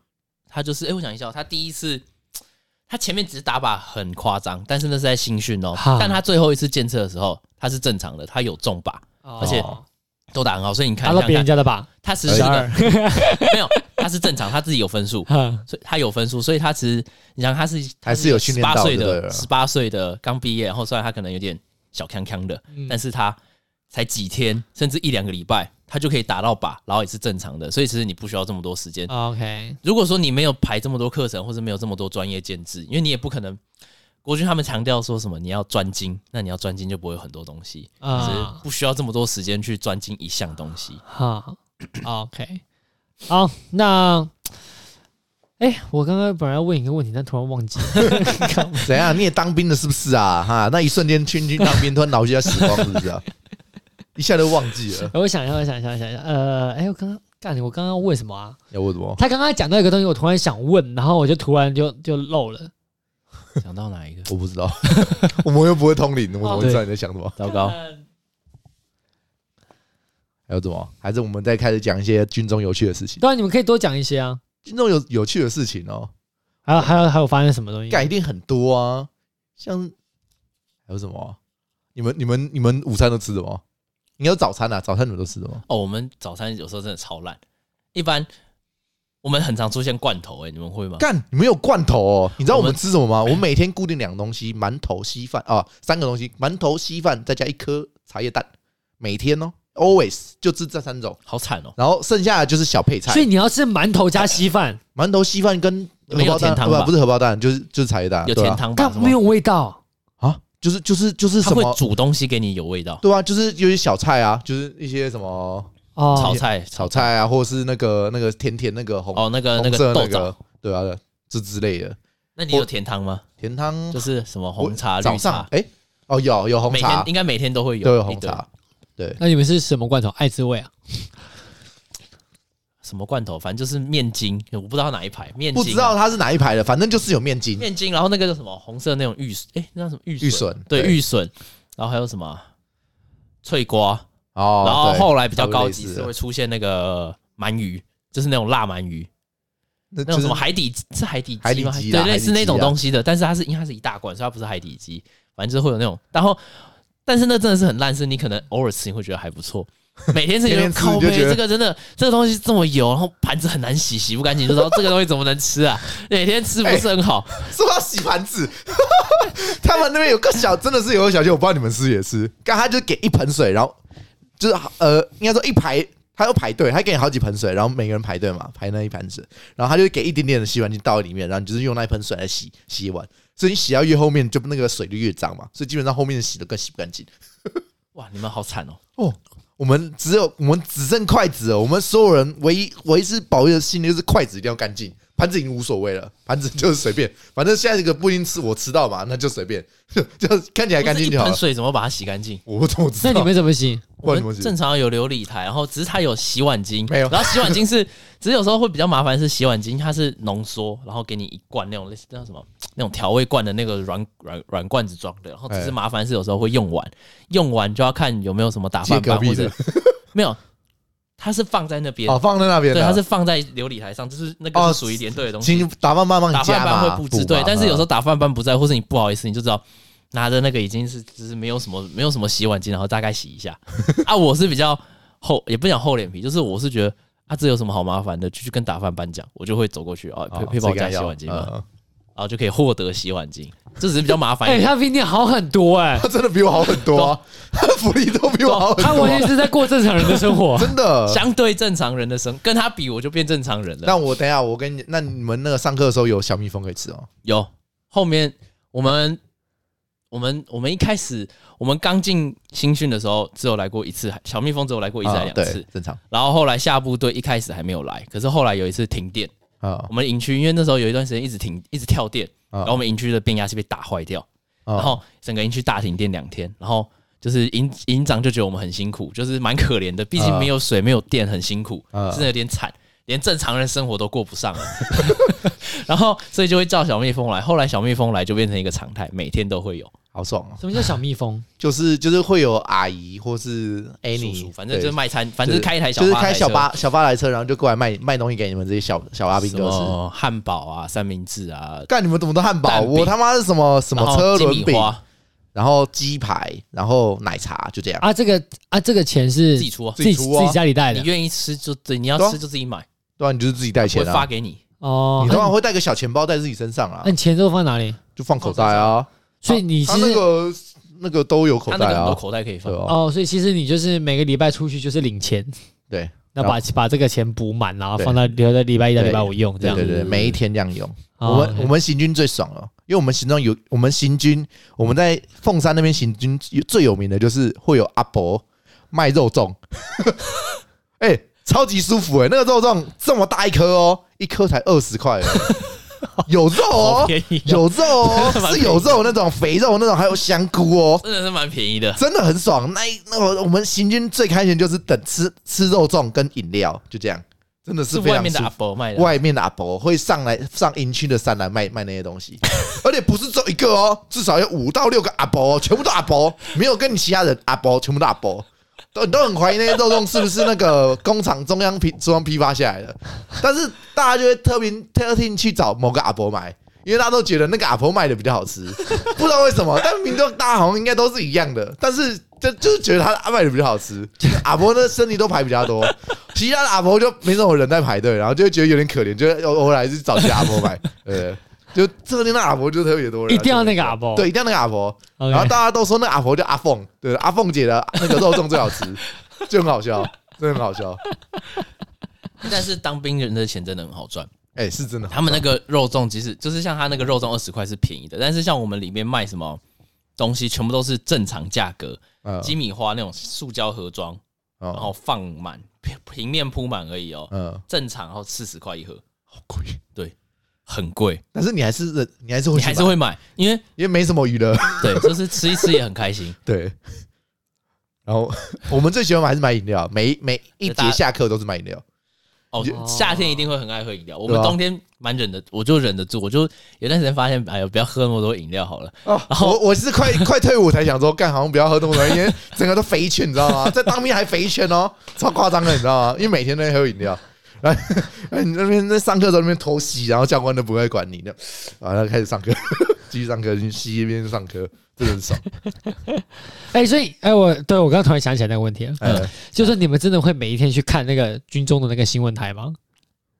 他就是哎、诶我想一下哦，他第一次，他前面只是打靶很夸张，但是那是在新训哦
哈。
但他最后一次检测的时候，他是正常的，他有中靶，
哦
而且都打很好，所以你看
啊
打到别人
家
家的靶，
他其实是
哎
个没有，他是正常，他自己有分数，
哼
<laughs> 所以他有分数，所以他其实你想他是
还是有训
十
练到
八
的
岁
对
的
了
十八岁的刚毕业，然后虽然他可能有点小康康的，
嗯
但是他才几天甚至一两个礼拜，他就可以打到靶，然后也是正常的，所以其实你不需要这么多时间。
，OK，
如果说你没有排这么多课程，或者没有这么多专业建制，因为你也不可能。国军他们强调说什么你要专精，那你要专精就不会有很多东西，只是
啊，
不需要这么多时间去专精一项东西。
哈，OK，好，那哎、我刚刚本来要问一个问题，但突然忘记了。 <laughs>
怎样？你也当兵了是不是啊？哈，那一瞬间去去当兵，突然脑筋要死光是不是啊？一下就忘记了。
我想一下，我想一下，我想一下。呃，哎、我刚刚干，我刚刚问什么啊？
要问什么？
他刚刚讲到一个东西，我突然想问，然后我就突然就就漏了。
想到哪一个？
我不知道， <laughs> 我们又不会通灵，
哦
我怎么会知道你在想什么？
糟糕，
干
还有什么？还是我们再开始讲一些军中有趣的事情？
对啊，你们可以多讲一些啊。
军中有有趣的事情哦，
还有还有还有发生什么
嗯
东西？
干一定很多啊。像还有什么啊？你们你们你们午餐都吃什么？应该是早餐啊，早餐你们都吃什么？
哦，我们早餐有时候真的超烂，一般我们很常出现罐头、欸，哎，你们会吗？
干，你们有罐头哦？你知道我
我
们
们
吃什么吗？我们每天固定两个东西： <laughs> 馒头、稀饭啊，三个东西：馒头、稀饭，再加一颗茶叶蛋。每天哦，always 就吃这三种，
好惨哦、
然后剩下的就是小配菜
所，以你要吃馒头加稀饭，
馒头、稀饭跟荷
没有
包蛋，呃
甜汤
不
吧
不是荷包蛋，就是就是茶叶蛋，
有
对啊
甜汤吧？
但
什
没
么？
有味道。
啊，就是就是就是
他
什
会
么？
煮东西给你有味道，
对啊，就是有些小菜啊，就是一些什么
哦
炒，菜、炒
炒菜啊，或者是那个那个甜甜那个红
哦，那个那
红色
个豆
那
枣
个，，对啊，这之类的
那你有甜汤吗？
甜汤，
就是什么红茶、
我
绿
早
茶
上，哎哦有有红
每天
茶
应该每天都会有，
都有
一
红
堆
茶，对，
那你们是什么罐头？爱滋味啊？
什么罐头，反正就是面筋，我不知道哪一排面筋
不
啊，
知道它是哪一排的，反正就是有面筋、
面筋，然后那个叫什么红色那种玉笋，哎，那叫什么玉
玉笋，
对玉笋，然后还有什么啊脆瓜，
哦，
然后
对
后来比较高
差
级
不多类似
是
的
会出现那个鳗鱼，就是那种辣鳗鱼，
那
那
就
种
是
什么海底是海底
海
鸡
底
吗？
鸡啦
对，
海
类
底
似那
鸡
种
啊
东西的，但是它是因为它是一大罐，所以它不是海底鸡，反正就是会有那种，然后但是那真的是很烂，是你可能偶尔吃你会觉得还
<laughs>
不错。每天吃你就
天天吃
靠
你就
背，
觉得
这个真的，这个东西这么油，然后盘子很难洗，洗不干净，就说这个东西怎么能吃啊？每天吃不是很好，
说到洗盘子， <laughs> 他们那边有个小，真的是有个小姐，我不知道你们是不是也是，刚他就给一盆水，然后就是呃，应该说一排，他要排队，他给你好几盆水，然后每个人排队嘛，排那一盆水，然后他就给一点点的洗碗巾倒在里面，然后你就是用那一盆水来洗洗碗，所以你洗到越后面，就那个水就越脏嘛，所以基本上后面洗的更洗不干净。
哇，你们好惨哦！
哦，我们只有我们只剩筷子了，我们所有人唯一唯一是保佑的心就是筷子一定要干净，盘子已经无所谓了，盘子就是随便，反正下一个不一定吃我吃到嘛，那就随便， <laughs> 就就看起来干
不是
净
一
就好
盆
了。
水怎么把它洗干净？
我怎么知
那你
道？
们怎么洗？
不
我
然怎么
们
洗
正常有琉璃台，然后只是它有洗碗巾，
没有
然后洗碗巾是， <laughs> 只是有时候会比较麻烦，是洗碗巾它是浓缩，然后给你一罐那种类似那叫什么那种调味罐的那个软软软罐子装的，然后只
哎
是麻烦是有时候会用完，用完就要看有没有什么打
借
饭
隔
班
壁
或
的
者
<laughs>
没有，它是放在那边，
哦，放在那边
对，
的
它
啊，
是放在琉璃台上，就是那
哦
个是属于连队的东西，
请打饭班帮
打
你
饭
嗯加
班
嘛，
会布置，对
嘛。
但是有时候
嗯
打饭班不在，或是你不好意思，你就知道拿着那个已经是就是没有什么没有什么洗碗巾，然后大概洗一
<laughs>
下。啊，我是比较厚，也不讲厚脸皮，就是我是觉得啊，这有什么好麻烦的，就去跟打饭班讲，我就会走过去啊，
哦
配配帮我
这个
加洗
要
碗巾嘛，
嗯
然后就可以获得洗碗巾，这只是比较麻烦一
哎，
<laughs>
点。
他比你好很多哎，
他真的比我好很多啊，他的福利都比我好很
他
多
完
啊，
全是在过正常人的生活。
真的。
<laughs> 相对正常人的生，跟他比我就变正常人了。
那我等一下，我跟你，那你们那个上课的时候有小蜜蜂可以吃哦？
有后面我们我们我们一开始我们刚进新训的时候，只有来过一次，小蜜蜂只有来过一次还
啊
两次
对，，正常
然后后来下部队一开始还没有来，可是后来有一次停电，
啊
我们营区因为那时候有一段时间一直停一直跳电，
啊
然后我们营区的变压器被打坏掉，
然
然后整个营区大停电两天，然后就是营营长就觉得我们很辛苦，就是蛮可怜的，毕竟没有水没有电很辛苦，
啊
真的有点惨，连正常人生活都过不上了。 <laughs> 然后所以就会叫小蜜蜂来，后来小蜜蜂来就变成一个常态，每天都会有
好爽哦。
什么叫小蜜蜂？
就是就是会有阿姨或是哎
叔
你
叔，反正
对
就是卖餐，反正就是开一台小
就是
巴
开
台
小
车
巴小巴来车，然后就过来卖卖东西给你们这些小小阿兵
什
哥吃。
么汉堡啊、三明治啊，
干你们怎么都汉堡？
蛋饼
我他妈是什么什
然
么
后
车
鸡
轮
米
饼，
花
然后鸡排，然后奶茶，就这样。
啊，这个啊，这个钱是
自己出啊
自己
自己出啊
自己家里带
你
的
愿意吃就对，你要
对啊
吃就自己买，
对啊，你就是自己带
我
钱
会发哎
啊。
给你。
哦
你。通
那
常会带个小钱包在自己身上啊
那，你钱都放哪里？
就放口袋啊。
所以你
他
其
那
实
个那个都有口
他那
袋
个很多
啊，
口袋可以放
对，啊，
哦，所以其实你就是每个礼拜出去就是领钱，
对
那把把这个钱补满，然后
对
放到留在礼拜一到
对
礼拜五用，这
对
样
对对，
子
每一天这样用。
哦
我们
OK
我们行军最爽了，因为我们行中有我们行军，我们在凤山那边行军最有名的就是会有阿伯 <laughs> 卖肉粽，哎、超级舒服哎、那个肉粽这么大一颗哦，一颗才二十块而已，有肉
<laughs> 好
哦，
便宜哦，
有肉哦
<laughs> 蛮，
是有肉那种肥肉那种，还有香菇哦，
真的是蛮便宜的。
真的很爽。那一那我我们行军最开心就是等吃吃肉粽跟饮料，就这样，真的
是
非
外
常
面的
舒
阿
服。
伯卖的，
外面的阿伯会上来上营区的山来卖卖那些东西， <laughs> 而且不是只有一个哦，至少有五到六个阿伯、哦，全部都阿伯，没有跟你其他人阿伯，全部都阿伯，都都很怀疑那些肉粽是不是那个工厂中央批中央批发下来的，但是大家就会特别特定去找某个阿伯买。因为大家都觉得那个阿婆卖的比较好吃， <laughs> 不知道为什么，但明明大家好像应该都是一样的，但是就就是觉得他阿卖的比较好吃，阿婆的生意都排比较多， <laughs> 其他的阿婆就没什么人在排队，然后就会觉得有点可怜，就偶偶尔还是找其他阿婆 <laughs> 买，呃，就这个地方阿婆就特别多人，啊
一定要那个阿伯。
对，一定要那个阿婆，
OK，
然后大家都说那个阿婆叫阿凤，对，阿凤姐的那个肉粽最
<laughs>
好吃，就很好笑，真的很好笑，
啊但是当兵人的钱真的很好赚。
哎，是真的，
他们那个肉粽，其实就是像他那个肉粽二十块是便宜的，但是像我们里面卖什么东西，全部都是正常价格，
嗯
鸡米花那种塑胶盒装，
哦
然后放满平平面铺满而已哦，
嗯，
正常然后四十块一盒，
好贵，
很贵，
但是你还是忍你还是会
你
去买，
还是会买，因为
因为没什么娱乐。
对，就是吃一吃也很开心。
对。 <laughs> 然后我们最喜欢买还是买饮料，每每一
大家
节下课都是买饮料。
哦
也，
夏天一定会很爱喝饮料。我们
对啊
冬天蛮忍的，我就忍得住。我就有段时间发现，哎呦，不要喝那么多饮料好了。
我我是快快退伍才想说，干好像不要喝那么多，因为整个都肥一圈，你知道吗？在当兵还肥一圈哦，超夸张的，你知道吗？因为每天都在喝饮料，然后然后你那边在上课的时候那边偷吸，然后教官都不会管你的，然后开始上课，继续上课，你吸一边上课，真的很爽。
哎、所以哎、我对我刚刚突然想起来那个问题了，
哎，
嗯
就是你们真的会每一天去看那个军中的那个新闻台吗？
啊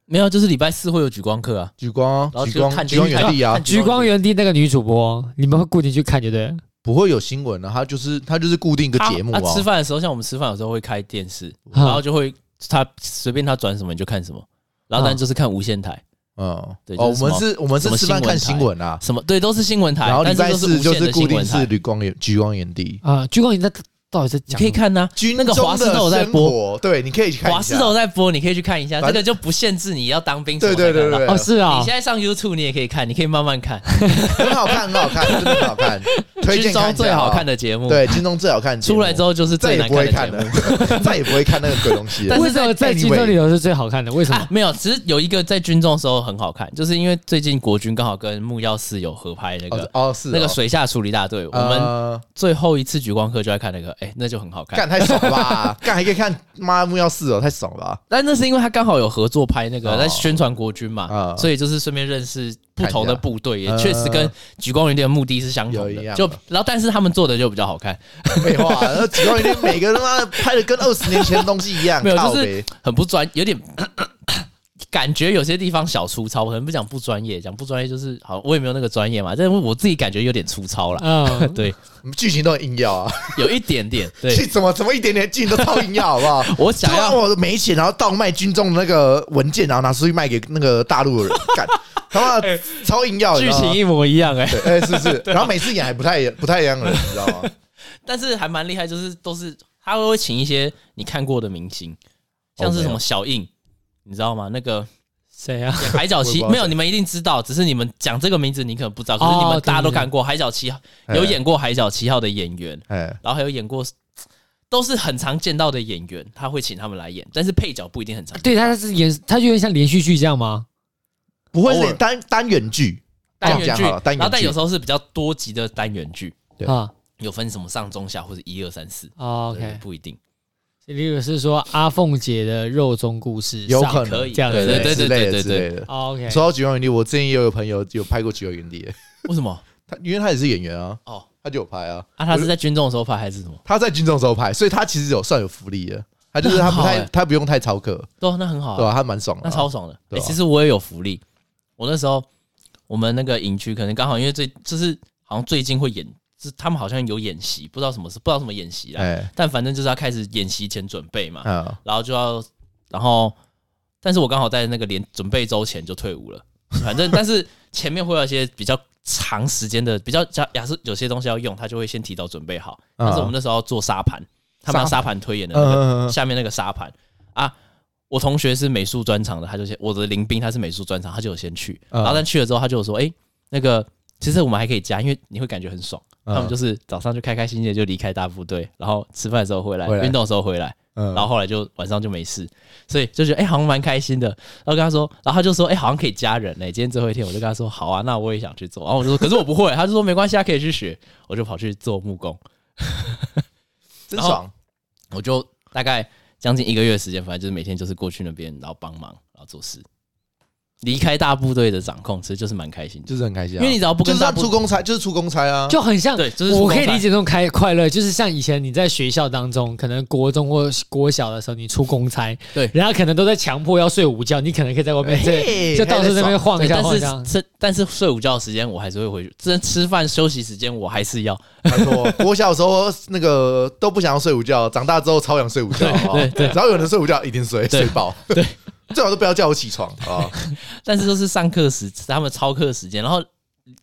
没有，啊就是礼拜四会有举光课啊，
举光
然后
啊，举
就
光，
看
举光原地啊
<laughs> 看，
橘光原地那个女主播，你们会固定去看，就对了。
不会有新闻啊，它就是它就是固定一个节目
啊啊
啊
吃。饭的时候，像我们吃饭有时候会开电视，
嗯
然后就会他随便他转什么你就看什么，然后但就是看无线台，
嗯，
对
哦，
就
我
是什么
们是我们
什
是
么
吃饭
新闻
看
台
新闻啊，
什么对都是新闻台，
然后礼
但
拜
是
四
都
就是
无线
是
的
固
新
定
闻
是
台。
绿光原橘光原地，
啊，橘光你在到底在
你
讲
可以
什么？
看呐、
军
那个华视都有在播，
播，对，你可以去看一下。
华视都有在播，你可以去看一下，这
反
个就不限制你要当兵什
对
么
对
才
对
看到。
对，
哦，是啊
你现，在上 YouTube 你也可以看，你可以慢慢看，
很好看，很好
<laughs>
看，真的很好看，推荐
军中
看啊
最好看
的，
的节目。
对，军中最好看的节目
出来之后就是
再
最
也
难
不会看
看的节目。
了， <laughs> 再也不会看那个鬼东西了
但。
为
是
什么在
在
军
anyway
中里头是最好看的？为什
啊
么？，
没有，其实有一个在军中的时候很好看，就是因为最近国军刚好跟木曜四有合拍那个、
哦哦，是哦
那个水下处理大队，我们
呃
最后一次举光课就在看那个，哎、那就很好看。
干太爽了
<laughs>
吧，干还可以看妈木曜四哦，太爽了吧。
但那是因为他刚好有合作拍那个
哦
在宣传国军嘛，
嗯
所以就是顺便认识不同的部队，也
看一下
确实跟举光原地的目的是相同
有一
的。
样
就
的
然后，但是他们做的就比较好看，
废话，那几光一定每个他妈拍的跟二十年前的东西一样，
<laughs> 没有
靠
就是
北
很不专，有点 <coughs> 感觉有些地方小粗糙。我可能不讲不专业，讲不专业就是好，我也没有那个专业嘛，但是我自己感觉有点粗糙啦。
啊
嗯，
对，
剧情都很硬要啊，
有一点点。
<laughs>
对，
剧怎么怎么一点点剧情都超硬要，好不好？
<laughs> 我想
就让
要
我没钱，然后倒卖军中的那个文件，然后拿出去卖给那个大陆的
<laughs>
人，干他妈的超硬要，
哎剧情
硬，
一模一
<laughs>
样哎、
对，哎、是不
<laughs>
是？然后每次演还不太一不太一样的人，你知道吗？
但是还蛮厉害，就是都是他会请一些你看过的明星，像是
哦
什
没
么
有
小印，你知道吗？那
<laughs>
个
谁啊？
海角七
我也不知道
没有，你们一定知道，只是你们讲这个名字你可能不知道，可是你
哦
们大家都
对对对
看过海角七，有演过海角七号的演员，
哎，
然后还有演过。都是很常见到的演员，他会请他们来演，但是配角不一定很常见。
对，他是演，他就有点像连续剧这样吗？
不会
偶尔
是单单元剧，
单元剧，
这样讲好了单元剧
然后但有时候是比较多集的单元剧，
对
啊
有分什么上中下或者一二三四
哦，OK。
不一定。
例如是说阿凤姐的肉中故事，
有可
上
能
可以
这样子
啊对对对
之类
对对
的之类的。
哦 OK，
说到《橘光原地》，我之前也有朋友有拍过《橘光原地》，
为什么？
他因为他也是演员啊，
哦，
他就有拍啊，
啊，他是在军中的时候拍还是什么？
他在军中的时候拍，所以他其实有算有福利的。他就是他不
那很
太
好欸
他不用太操课，
对啊，那很好
对吧、
啊，
他蛮爽的啊、
那超爽的。
对
哎，
啊
其实我也有福利，我那时候我们那个营区可能刚好因为最就是好像最近会演，是他们好像有演习，不知道什么是不知道什么演习啦，
哎
但反正就是要开始演习前准备嘛，
啊
然后就要，然后，但是我刚好在那个连准备周前就退伍了， <laughs> 反正但是前面会有一些比较长时间的，比较假假设有些东西要用，他就会先提早准备好。
嗯
但是我们那时候要做沙盘，他们要沙盘推演的那
嗯嗯嗯
个
嗯
下面那个沙盘啊，我同学是美术专场的，他就先我的林斌他是美术专场，他就有先去，
嗯
然后但去了之后他就有说，哎、那个其实我们还可以加，因为你会感觉很爽。
嗯
他们就是早上就开开心心的就离开大部队，然后吃饭的时候回来，
回来
运动的时候回来，
嗯
然后后来就晚上就没事，所以就觉得哎、好像蛮开心的。然后跟他说，然后他就说哎、好像可以加人嘞、今天最后一天，我就跟他说好啊，那我也想去做。然后我就说可是我不会，他就说没关系，他可以去学。我就跑去做木工，
真
然后
爽，
我就大概将近一个月的时间，反正就是每天就是过去那边，然后帮忙，然后做事。离开大部队的掌控，其实就是蛮开心的，
就是很开心
因
啊，
为你只要不
就
跟
是
大
他
部
出公差，就是出公差啊，
就很像。
对，就是
我可
出
以
公差
理解那种开快乐，就是像以前你在学校当中，可能国中或国小的时候，你出公差，
对
人家可能都在强迫要睡午觉，你可能可以在外面 <laughs>
嘿
这就到处在那边晃一
对
下晃一下
但。是这但是睡午觉的时间我还是会回去，这 <laughs> 吃饭休息时间我还是要。
没
<laughs>
错，我小时候那个都不想要睡午觉，长大之后超想睡午觉，好不好
对对
只要有人睡午觉，一定睡
<laughs> 对
睡饱，对，最好都不要叫我起床啊，
但是就是上课时他们超课时间，然后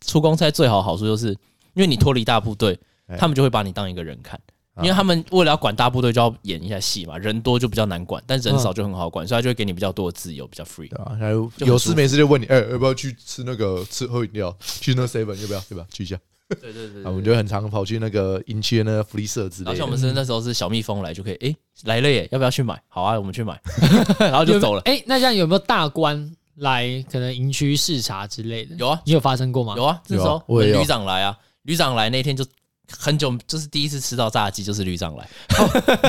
出公差最好的好处就是，因为你脱离大部队
哎，
他们就会把你当一个人看。
啊
因为他们为了要管大部队，就要演一下戏嘛，人多就比较难管，但
嗯
人少就很好管，所以他就会给你比较多的自由，比较 free
对。啊，还有
就很
有
舒
事
服
没事就问你，哎，要不要去吃那个吃喝饮料，去那 seven 要不要要不要去一下？
对对对
啊，我们就很常跑去那个营区的那个福利社之类
然后
的
像我。们是那时候是小蜜蜂来就可以，诶，来了耶，要不要去买？好啊，我们
<laughs>
去买，然后就走了。
哎、那这样有没有大官来可能营区视察之类的？
有啊，
你有发生过吗？
有啊，那时
有
候
啊我也有
旅长来啊，旅长来那天就很久，就是第一次吃到炸鸡，就是旅长来，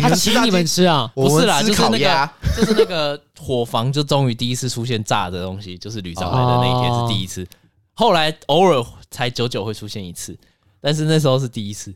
他请你们吃啊？
我
不是啦，
们
就
吃
是
烤
那
鸭
个，就是那个 <laughs> 伙房，就终于第一次出现炸的东西，就是旅长来的那一天
哦
是第一次，后来偶尔才久久会出现一次，但是那时候是第一次，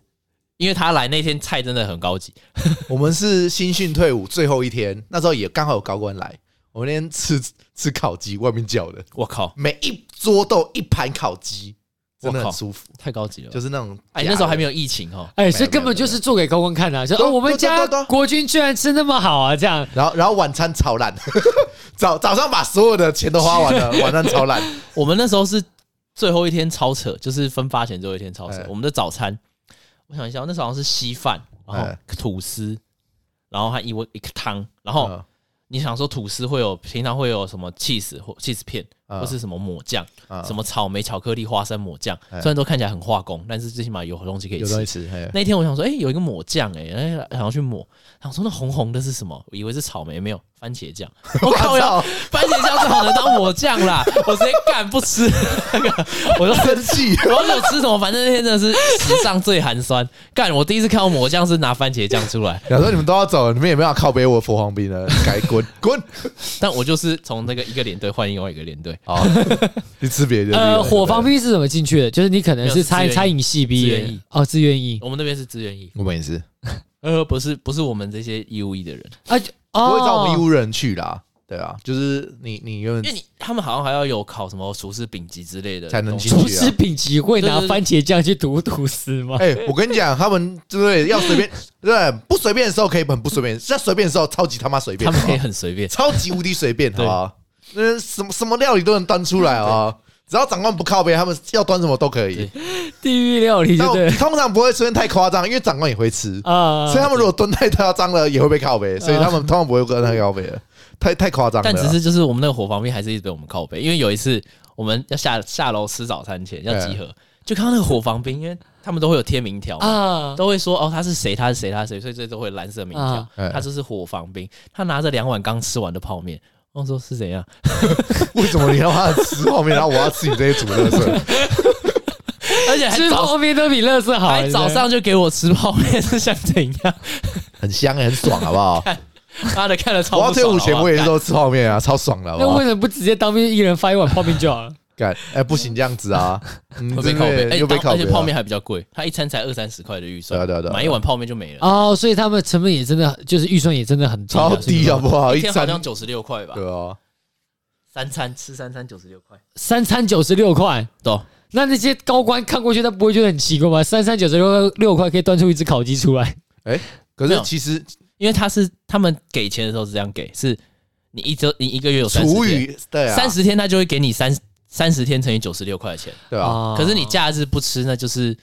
因为他来那天菜真的很高级， <laughs>
我们是新训退伍最后一天，那时候也刚好有高官来，我们那天吃 <laughs> 吃烤鸡，外面叫的，
我靠，
每一桌都有一盘烤鸡，真的
我靠
很舒服，
太高级了
就。是那种
哎，那时候还没
有
有疫情哦，
哎、
有
这根本就是做给高官看的、啊，说、哦、我们
对
家
对对对
国军居然吃那么好啊，这样。
然后，然后晚餐超烂， <laughs> 早早上把所有的钱都花完
<laughs>
了，晚上超烂。
我们那时候是最后一天超扯，就是分发前最后一天超扯
哎。
我们的早餐，我想一下，那时候好像是稀饭，然后
哎
吐司，然后还一一个汤。然后
嗯
你想说吐司会有平常会有什么 cheese 或 cheese 片，
嗯
或是什么抹酱，
嗯
什么草莓巧克力花生抹酱，
哎
虽然都看起来很化工，但是最起码有东西可以
有
吃
东西。吃，嘿
那天我想说，哎、有一个抹酱、欸，哎，然后去抹，想说那红红的是什么？我以为是草莓，没有番
<laughs>
茄酱。 <laughs> 我靠
我
呀！
操
番茄酱最好能当抹酱啦， <laughs> 我直接干不吃 <laughs> 那个，我说。
生气， <laughs>
我要有吃什哦么，反正那天真的是史上最寒酸。干，我第一次看到抹酱是拿番茄酱出来，
然后你们都要走，你们也没有靠背我佛黄兵了，该滚
<laughs>
滚。
但我就是从那个一个连队换另外一个连队，
好，去吃别的地方。
呃，火防兵是怎么进去的？就是你可能是
没
餐
有是自愿役
餐饮系毕
自愿
业
役
哦，自愿役
我们那边是志愿役，
我们也是，
呃，不是不是我们这些义务役的人，
啊，就
不会找我们义
哦，
乌人去啦。对啊，就是你你原
因为
本
你他们好像还要有考什么厨师丙级之类的
才能
东西
进去啊
<laughs> 厨师品级会拿
对对对
番茄酱去毒吐司吗？
<laughs> 哎、我跟你讲，他们就是要随
<laughs>
便，对，不随便的时候可以很不随便，要随便的时候超级他妈随便，
他们可
好
以
不好
很
<laughs>
随便。
超级无敌随
<laughs>
便，好
对
不好？那什么什么料理都能端出
<laughs>
来啊，只要长官不靠背，他们要端什么都可以
对。
地狱料理
但
就
我
对
通常不会出现太夸张，因为长官也会吃，
啊
所以他们如果蹲太夸张了，也会被靠背，所以他们通常不会跟他靠背的，太太夸张了啊。
啊但只是就是我们那个伙房兵还是一直被我们靠背，因为有一次我们要下下楼吃早餐前要集合，就看到那个伙房兵，因为他们都会有贴名条嘛，
啊，
都会说哦他是谁他是谁他是谁，所以这都会有蓝色名条
啊，
哎
他就是伙房兵，他拿着两碗刚吃完的泡面。我说是怎样？
<laughs> 为什么你要他吃泡
<laughs>
面，然后我要吃你这些煮垃圾？
而且还
吃
早
泡面都比乐色好，
还早上就给我吃泡面，是想怎样？
很香很爽，好不好？
妈的，看了超
我要
不
退
爽
伍前
好不好
我也是都吃泡面啊，超爽的，好
对
不
不对。那
好
为？什么不直接当兵一人发一碗泡面就好了？
干，哎，不行这样子啊，你
会被
真
靠背，
的
哎
又被
当
靠
而
背
且
啊，
泡面还比较贵，他一餐才二三十块的预算，
对啊对啊对啊
买一碗泡面就没了，
哦，所以他们成本也真的就是预算也真的很低啊
超
是不
低
是
好不好？
一
一
天好
餐
像九十六块吧，
对啊，
三餐吃三餐九十六块，
三餐九十六块。
懂？
那那些高官看过去，他不会觉得很奇怪吗？三三九十六六块可以端出一只烤鸡出来，
哎可
没
是
有
其实
因为他是他们给钱的时候是这样给，是你一周你一个月有
厨
30天，
余对啊，
三十天他就会给你三三十天乘以九十六块钱，
对
哦
啊，
可是你假日不吃，那就是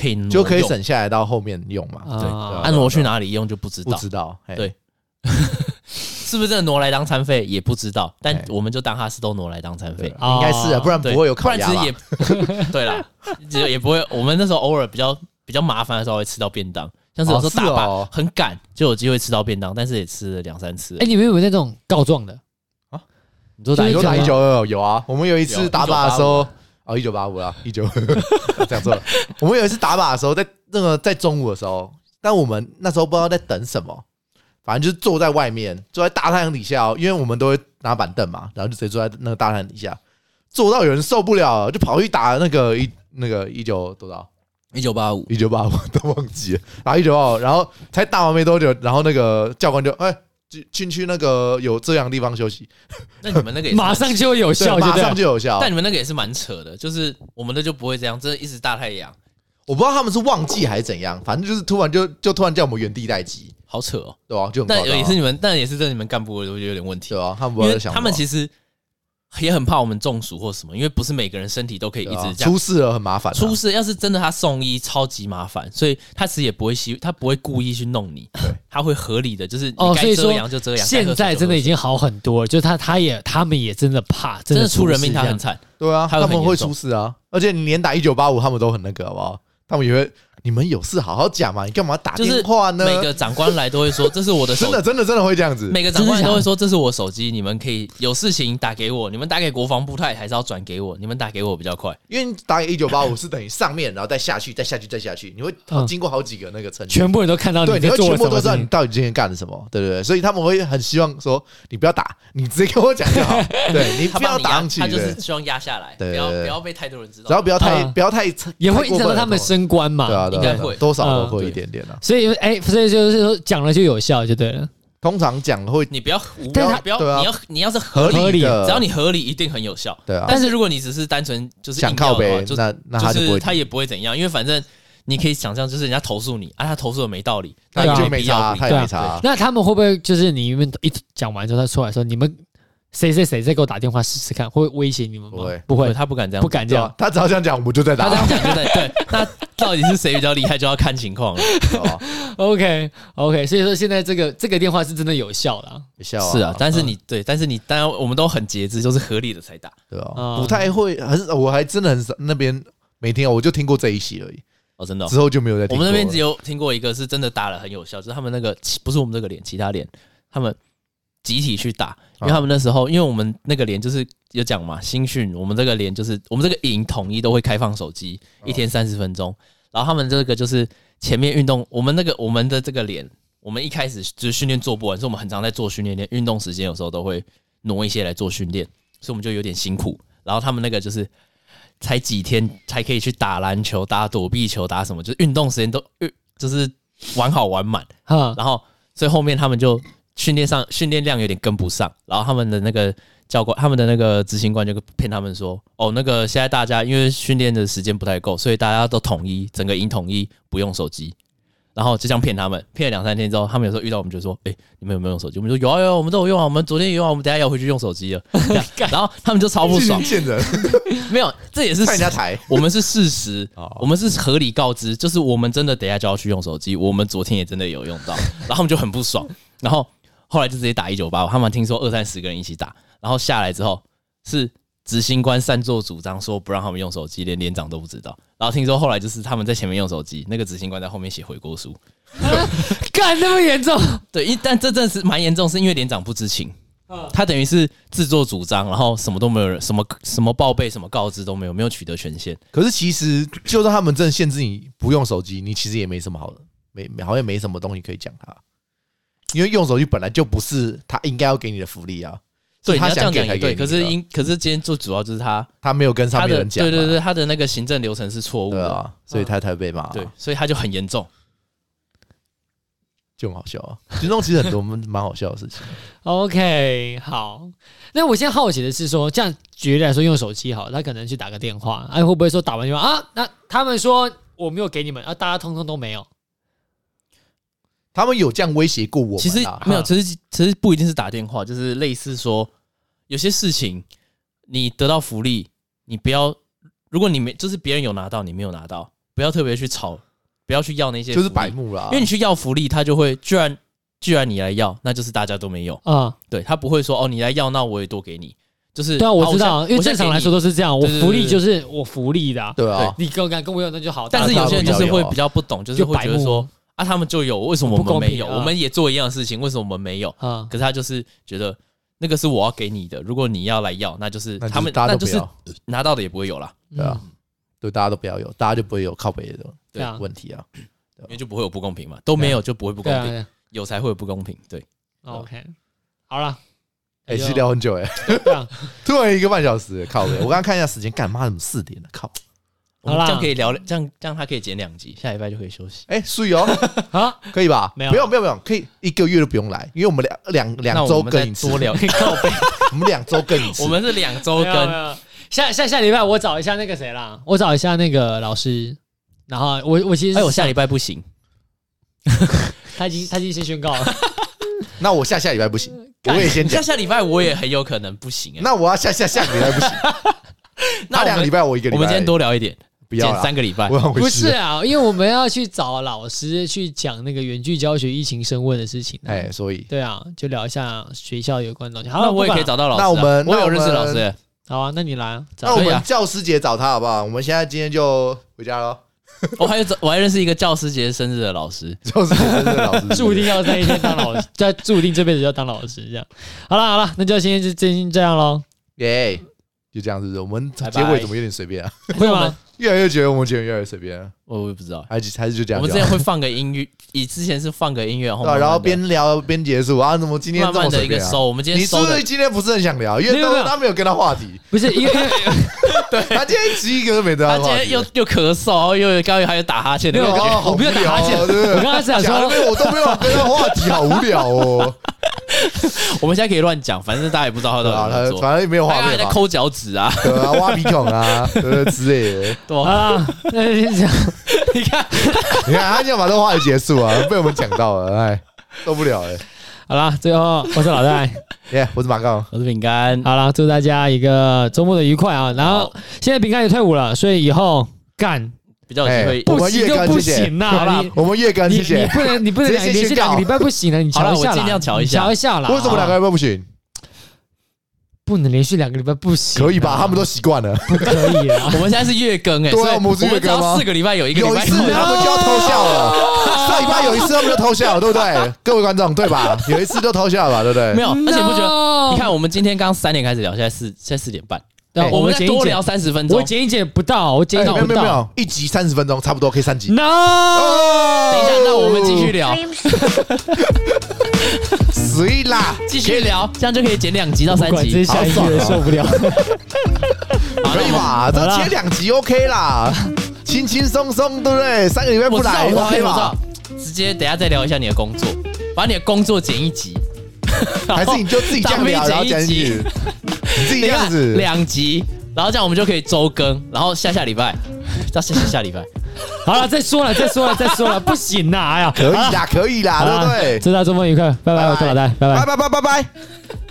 可以挪
就可以
用，
省下来到后面用嘛，
对
啊
啊
按挪去哪里用就不知
不
道
知。道，嘿
对是不是真的挪来当餐费也不知道，但
哎
我们就当它是都挪来当餐费。
哦
应该是啊，不然
对，
不会有
不
烤
然
鸭
其
吧
实？也 <laughs> 对啦，就也不会。我们那时候偶尔比较比较麻烦的时候会吃到便当，像是有时候
哦是哦
大把很赶就有机会吃到便当，但是也吃了两三次
哎，。你们有没有那种告状的？
你说
打
你
一
说
九
打
吗
一九二有啊，我们有一次
有
打靶的时候，哦一九八五啦，一九 <laughs> 讲错了。我们有一次打靶的时候，在那个在中午的时候，但我们那时候不知道在等什么，反正就是坐在外面，坐在大太阳底下、哦，因为我们都会拿板凳嘛，然后就直接坐在那个大太阳底下，坐到有人受不了了，就跑去打那个一那个一九多少
一九八五，
一九八五 <laughs> 都忘记了，然后一九八五，然后才打完没多久，然后那个教官就哎。进进去那个有遮阳的地方休息，
那你们那个也是
<laughs>
马上就有
对
效，就
马
对啊
上
了。
就有效。
但你们那个也是蛮扯的，就是我们的就不会这样，真的一直大太阳，
我不知道他们是忘记还是怎样，反正就是突然就就突然叫我们原地待机，
好扯哦。
对吧、就很
但
夸张啊
也是你们，但也是这你们干部我觉得有点问题
对，吧、啊他们不
因
知道
为
在想什么
他们其实也很怕我们中暑或什么，因为不是每个人身体都可以
对
一
啊
直这样。
出事了很麻烦啊、
出事要是真的他送医超级麻烦，所以他其实也不会希他不会故意去弄你，他会合理的，就是
哦
你该
所以说
遮阳就遮阳。该喝
现
水
在
就
真的
喝
已
水
经好很多了，就是他他也他们也真的怕，真
真
的
的出人命，
事这
他
样
很惨。
对啊，
他会
他
很
们会
严
出
重
事啊，而且你连打一九八五，他们都很那个，好不好？他们也会，你们有事好好讲嘛，你干嘛打
就是
电话呢？
每个长官来都会
<laughs>
说这是我的手
真的真的真的会这样子，
每个长
真
官
的假的
都会说这是我手机，你们可以有事情打给我，你们打给国防部他也还是要转给我，你们打给我比较快。
因为你打一九八五是等于上面，然后再下去，再下去，再下去，你会
嗯
经过好几个那个层级。
全部人都看到
对，
啊你在
你会
做
全
了
部
什
都
么
知
事
道你
情。
到底今天干了什么，对不对？所以他们会很希望说，你不要打，你直接跟我讲
<laughs>
就好。对你
他
不要
帮你
打
压，
上去，
他就
对
是希望压下来，
对
不要
对
不要被太多人知
只要
道。
不要太、
嗯
不要太
也会影响到他们，
太
升官嘛，
过分了
应
对啊，对啊，
该
对啊
会
多少都
嗯
会一点啊点的、
所以哎、所以就是说讲了就有效，就对了。
通常讲会
你不要无
但
聊，
他
你不要
对啊
你要你要是合
合
理，
理的，
只要你合理一定很有效。
对啊，
但是如果你只是单纯就是
想
硬要
靠
的话
北，
就
那那他
就
就不
是
会
他也不会怎样，因为反正你可以想象，就是人家投诉你啊，他投诉的没道理，
那
对啊
你
你
就没
必要
差，
理
他也没差、
那他们会不会就是你们一讲完之后，他出来说你们谁谁谁再给我打电话试试看，会威胁你们吗？
不会
不
对
会，
他不敢这样，
不敢这
啊对
样
吧。？他只要这样讲，我们就在打
他这，样讲就在对。那到底是谁比较厉害，就要看情况了。
对吧
OK OK，所以说现在这个这个电话是真的有效啦。
也笑
<laughs> 是啊，，但是你对，但是你当然我们都很节制，就是合理的才打。
对吧、
嗯
不太会，很我还真的很少那边没听，啊我就听过这一期而已，
哦，真的哦、
之后就没有再
我
听过了。
们那边只有听过一个是真的打了很有效，就是他们那个不是我们这个连，其他连他们集体去
啊
打，因为他们那时候，因为我们那个连就是有讲嘛，新训我们这个连就是我们这个营统一都会开放手机，一
啊
天三十分钟，然后他们这个就是前面运动，我们那个我们的这个连，我们一开始就是训练做不完，所以我们很常在做训练，连运动时间有时候都会挪一些来做训练，所以我们就有点辛苦。然后他们那个就是才几天才可以去打篮球、打躲避球、打什么，就是运动时间都运就是玩好玩满。
哈，
然后所以后面他们就训练上训练量有点跟不上，然后他们的那个教官、他们的那个执行官就骗他们说，哦，那个现在大家因为训练的时间不太够，所以大家都统一，整个营统一不用手机。然后就这样骗他们，骗了两三天之后，他们有时候遇到我们就说：“哎、你们有没有用手机？”我们说：“有啊有啊，我们都有用啊，我们昨天也用啊，我们等一下也要回去用手机了。
<laughs>
这样”然后他们就超不爽，
见
<laughs>
人，
没有，这也
<laughs>
是
看人家台，
我们是事实
哦，
我们是合理告知，就是我们真的等一下就要去用手机，我们昨天也真的有用到，然后他们就很不爽，然后后来就直接打一九八五，他们听说二三十个人一起打，然后下来之后是执行官擅作主张说不让他们用手机，连连长都不知道，然后听说后来就是他们在前面用手机，那个执行官在后面写悔过书，
干那么严重？
对，因但这真的是蛮严重，是因为连长不知情。他等于是自作主张，然后什么都没有人，什么什么报备、什么告知都没有，没有取得权限。
可是其实，就算他们真的限制你不用手机，你其实也没什么好的，没没好像没什么东西可以讲他，因为用手机本来就不是他应该要给你的福利啊。
对，
是
你
他
要这
想
样
给
讲
才
也
给
对。
你的啊
可是因可是今天最主要就是他
他没有跟上
他
面
的
人讲嘛，啊
对对对，他的那个行政流程是错误
对
的，
啊，所以他才被骂、
对，所以他就很严重。
就很好笑啊。其中其实很多蛮蛮好笑的事情，
OK，好。那我现在好奇的是说，这样举例来说，用手机好了，他可能去打个电话，哎、会不会说打完电话啊？那他们说我没有给你们啊，大家通通都没有。
他们有这样威胁过我
其实
们啊。
没有，其实其实不一定是打电话，就是类似说有些事情你得到福利，你不要如果你没就是别人有拿到，你没有拿到，不要特别去吵，不要去要那些，
就是百。慕啦，
因为你去要福利，他就会居然既然你来要，那就是大家都没有。
啊，
对他不会说哦，你来要，那我也多给你。就是
对啊，我知
好
道，
像
因为
我现
正
在
常
给
来
你
说都是这样，我
对对对
福利
对
就是我福利的啊，
对啊，
你跟我敢跟我有那就好，
<laughs> 但是有些人就是会比较不懂，就是
就
会
白
觉得
目
说啊，他们就有，为什么我
不
们
公平
没有？
啊
我们也做一样的事情，为什么我们没有？
啊，
可是他就是觉得那个是我要给你的，如果你要来要，那就是
那就是
他们
大家
那
都
就
不
是
要，
拿到的也不会有啦，
嗯
对啊，对，大家都不要有，大家就不会有靠北的
对啊，
问题啊。
因为就不会有不公平嘛，都没有就不会不
对
公
啊
平，
对啊
有才会有不公平。对，
，OK，好了，
哎，
<laughs>
是聊很久哎，
对啊
突然一个半小时，靠
<laughs>
北！我刚刚看一下时间，干妈怎么四点了？靠！
我
好
们
啦
这样可以聊，这样这样他可以剪两集，下礼拜就可以休息。
哎，睡哦，
啊，
<laughs> 可以吧？
没有
不用不用不用，可以一个月都不用来，因为我们两两
那
两
我
周
们再
更一次，<laughs>
多聊，靠背
我们两周更一次。
<laughs> 我们是两周
没有没
更，
有下下下礼拜我找一下那个谁啦，我找一下那个老师，然后我我其实
哎，我下礼拜不行，
他已经他已经先宣告了，
那我下下礼拜不
<laughs>
行，我
干
也先
下
讲。
下礼拜我也很有可能不行哎。
那我要下下下个礼拜不行，
<laughs> 那
那两
我
个礼
们
拜我一个礼拜。
我们今天多聊一点，
不
剪
要了
三，个礼拜
我。要回去
不是
了。
啊，因为我们要去找老师去讲那个远距教学疫情升温的事情、啊。
哎，所以
对啊，就聊一下学校有关的东西。好
那
了，
我也
不管
可以找到老师啊，
那我们
我
那
有
我
认识
们
老师，
好啊，那你来啊，
那
找
我
可以啊
们教师节找他好不好？我们现在今天就回家
<laughs>
喽。
<laughs> 我还有找我还认识一个教师节生日的老师。
教师节真的老师
注定要在一天当老
<laughs>
师，在注定这辈子要当老师这样。好了好了，那就今天就先这样
<laughs>
喽，
耶就这样子。我们
拜拜
结尾怎么有点随便啊？
会
我们
吗？
越来越觉得我们结尾越来越随便啊，
我我也不知道。
还是还是就这
我
样
们
就
之
好。
前会放个音乐， <laughs> 以之前是放个音乐，然后
对啊，
慢慢地
然后边聊边结束啊，怎么今天
慢
这
慢
么
的
随
一个
便啊？
收。我们今
你
天
是
收
不
的
是今天不是很想聊？因为
没有没
都
有
他没有跟他话题，
不是因为
他今天十一个都没跟
他
他
今
话
天
题。
又又咳嗽，然后又刚刚还有打哈欠的
没有
感觉。
我不要打哈欠
哦好无聊哦对不
我
对？
刚才想
讲
说，
的我都没有跟他话题，好无聊哦。
<laughs> 我们现在可以乱讲，反正大家也不知道他
对
到
啊，
底怎
他
么做。
反正也没有
他
画
刚才
面
在
嘛，
抠脚趾
<laughs>
啊，
对啊，挖鼻孔啊，呃之类的。
对
好
吧？
啊
啦，啊 <laughs> 那就先这样。
你看，
你看他今天把这话题结束啊，被我们讲到了，哎，受不了哎。
好啦，最后我是老戴。
<laughs>
耶，我是马刚。
我是饼干，
好了，祝大家一个周末的愉快啊！然后
好
现在饼干也退伍了，所以以后干
比较有机会
哎。我
不
们
行
越
就
干
不
谢谢
行呐，
好啦
你
我们月干，
你
<laughs> 谢
你
谢。
不能你不能
直接
两连
先
续
宣
两
告
个礼拜不行了，你
好
瞧
啦
一下
我尽量瞧一
一
下
瞧一下啦。
为什么两个
好
礼拜不行？
不能连续两个礼拜不行啊？
可以吧？他们都习惯了。
不 <laughs> 可以啊
<laughs> ！我们现在是月更哎，
对啊
所以
我
我
们
们
是
只
月更吗
要四个礼拜有一个哦
有一
礼拜
次啊
空档
他们就要偷笑了，上礼拜有一次他们就偷笑了，对不对？各位观众，对吧？有一次就偷笑了吧，对不对？
没有，而且不觉得？
得
你看，我们今天刚三点开始聊，现在四现在四点半，
对啊
哎
我
我
们
们再
剪
多
一
聊
剪，
三十分钟
我。剪一剪不到，我剪
哎
一
没
剪不
有没有没
到。
有，一集三十分钟，差不多可以三集。
No，
哦
等一下，那我们继续聊。
谁啦？
继续聊，这样就可以减两集到
不
三
管
集
这。下一个人受不了。
可以吧？这切两集 OK 啦，轻轻松松，对不对？三个礼拜不
我知道，
来
我知道，我
OK
知
吧
道？。直接等一下再聊一下你的工作，把你的工作剪一集，
<laughs> 还是你就自己这样
<laughs>
聊，然后讲一句，你自己这
你
样
看
子，
两集，然后这样我们就可以周更，然后下下礼拜到下下下礼拜，
好了，再说了，再说了，再说了，不行呐！哎呀，
可以啦，可以啦，
好
对
啦
<laughs>
不对？
啊
祝大家周末愉快，拜拜，我是老戴，拜拜
拜。拜拜拜拜。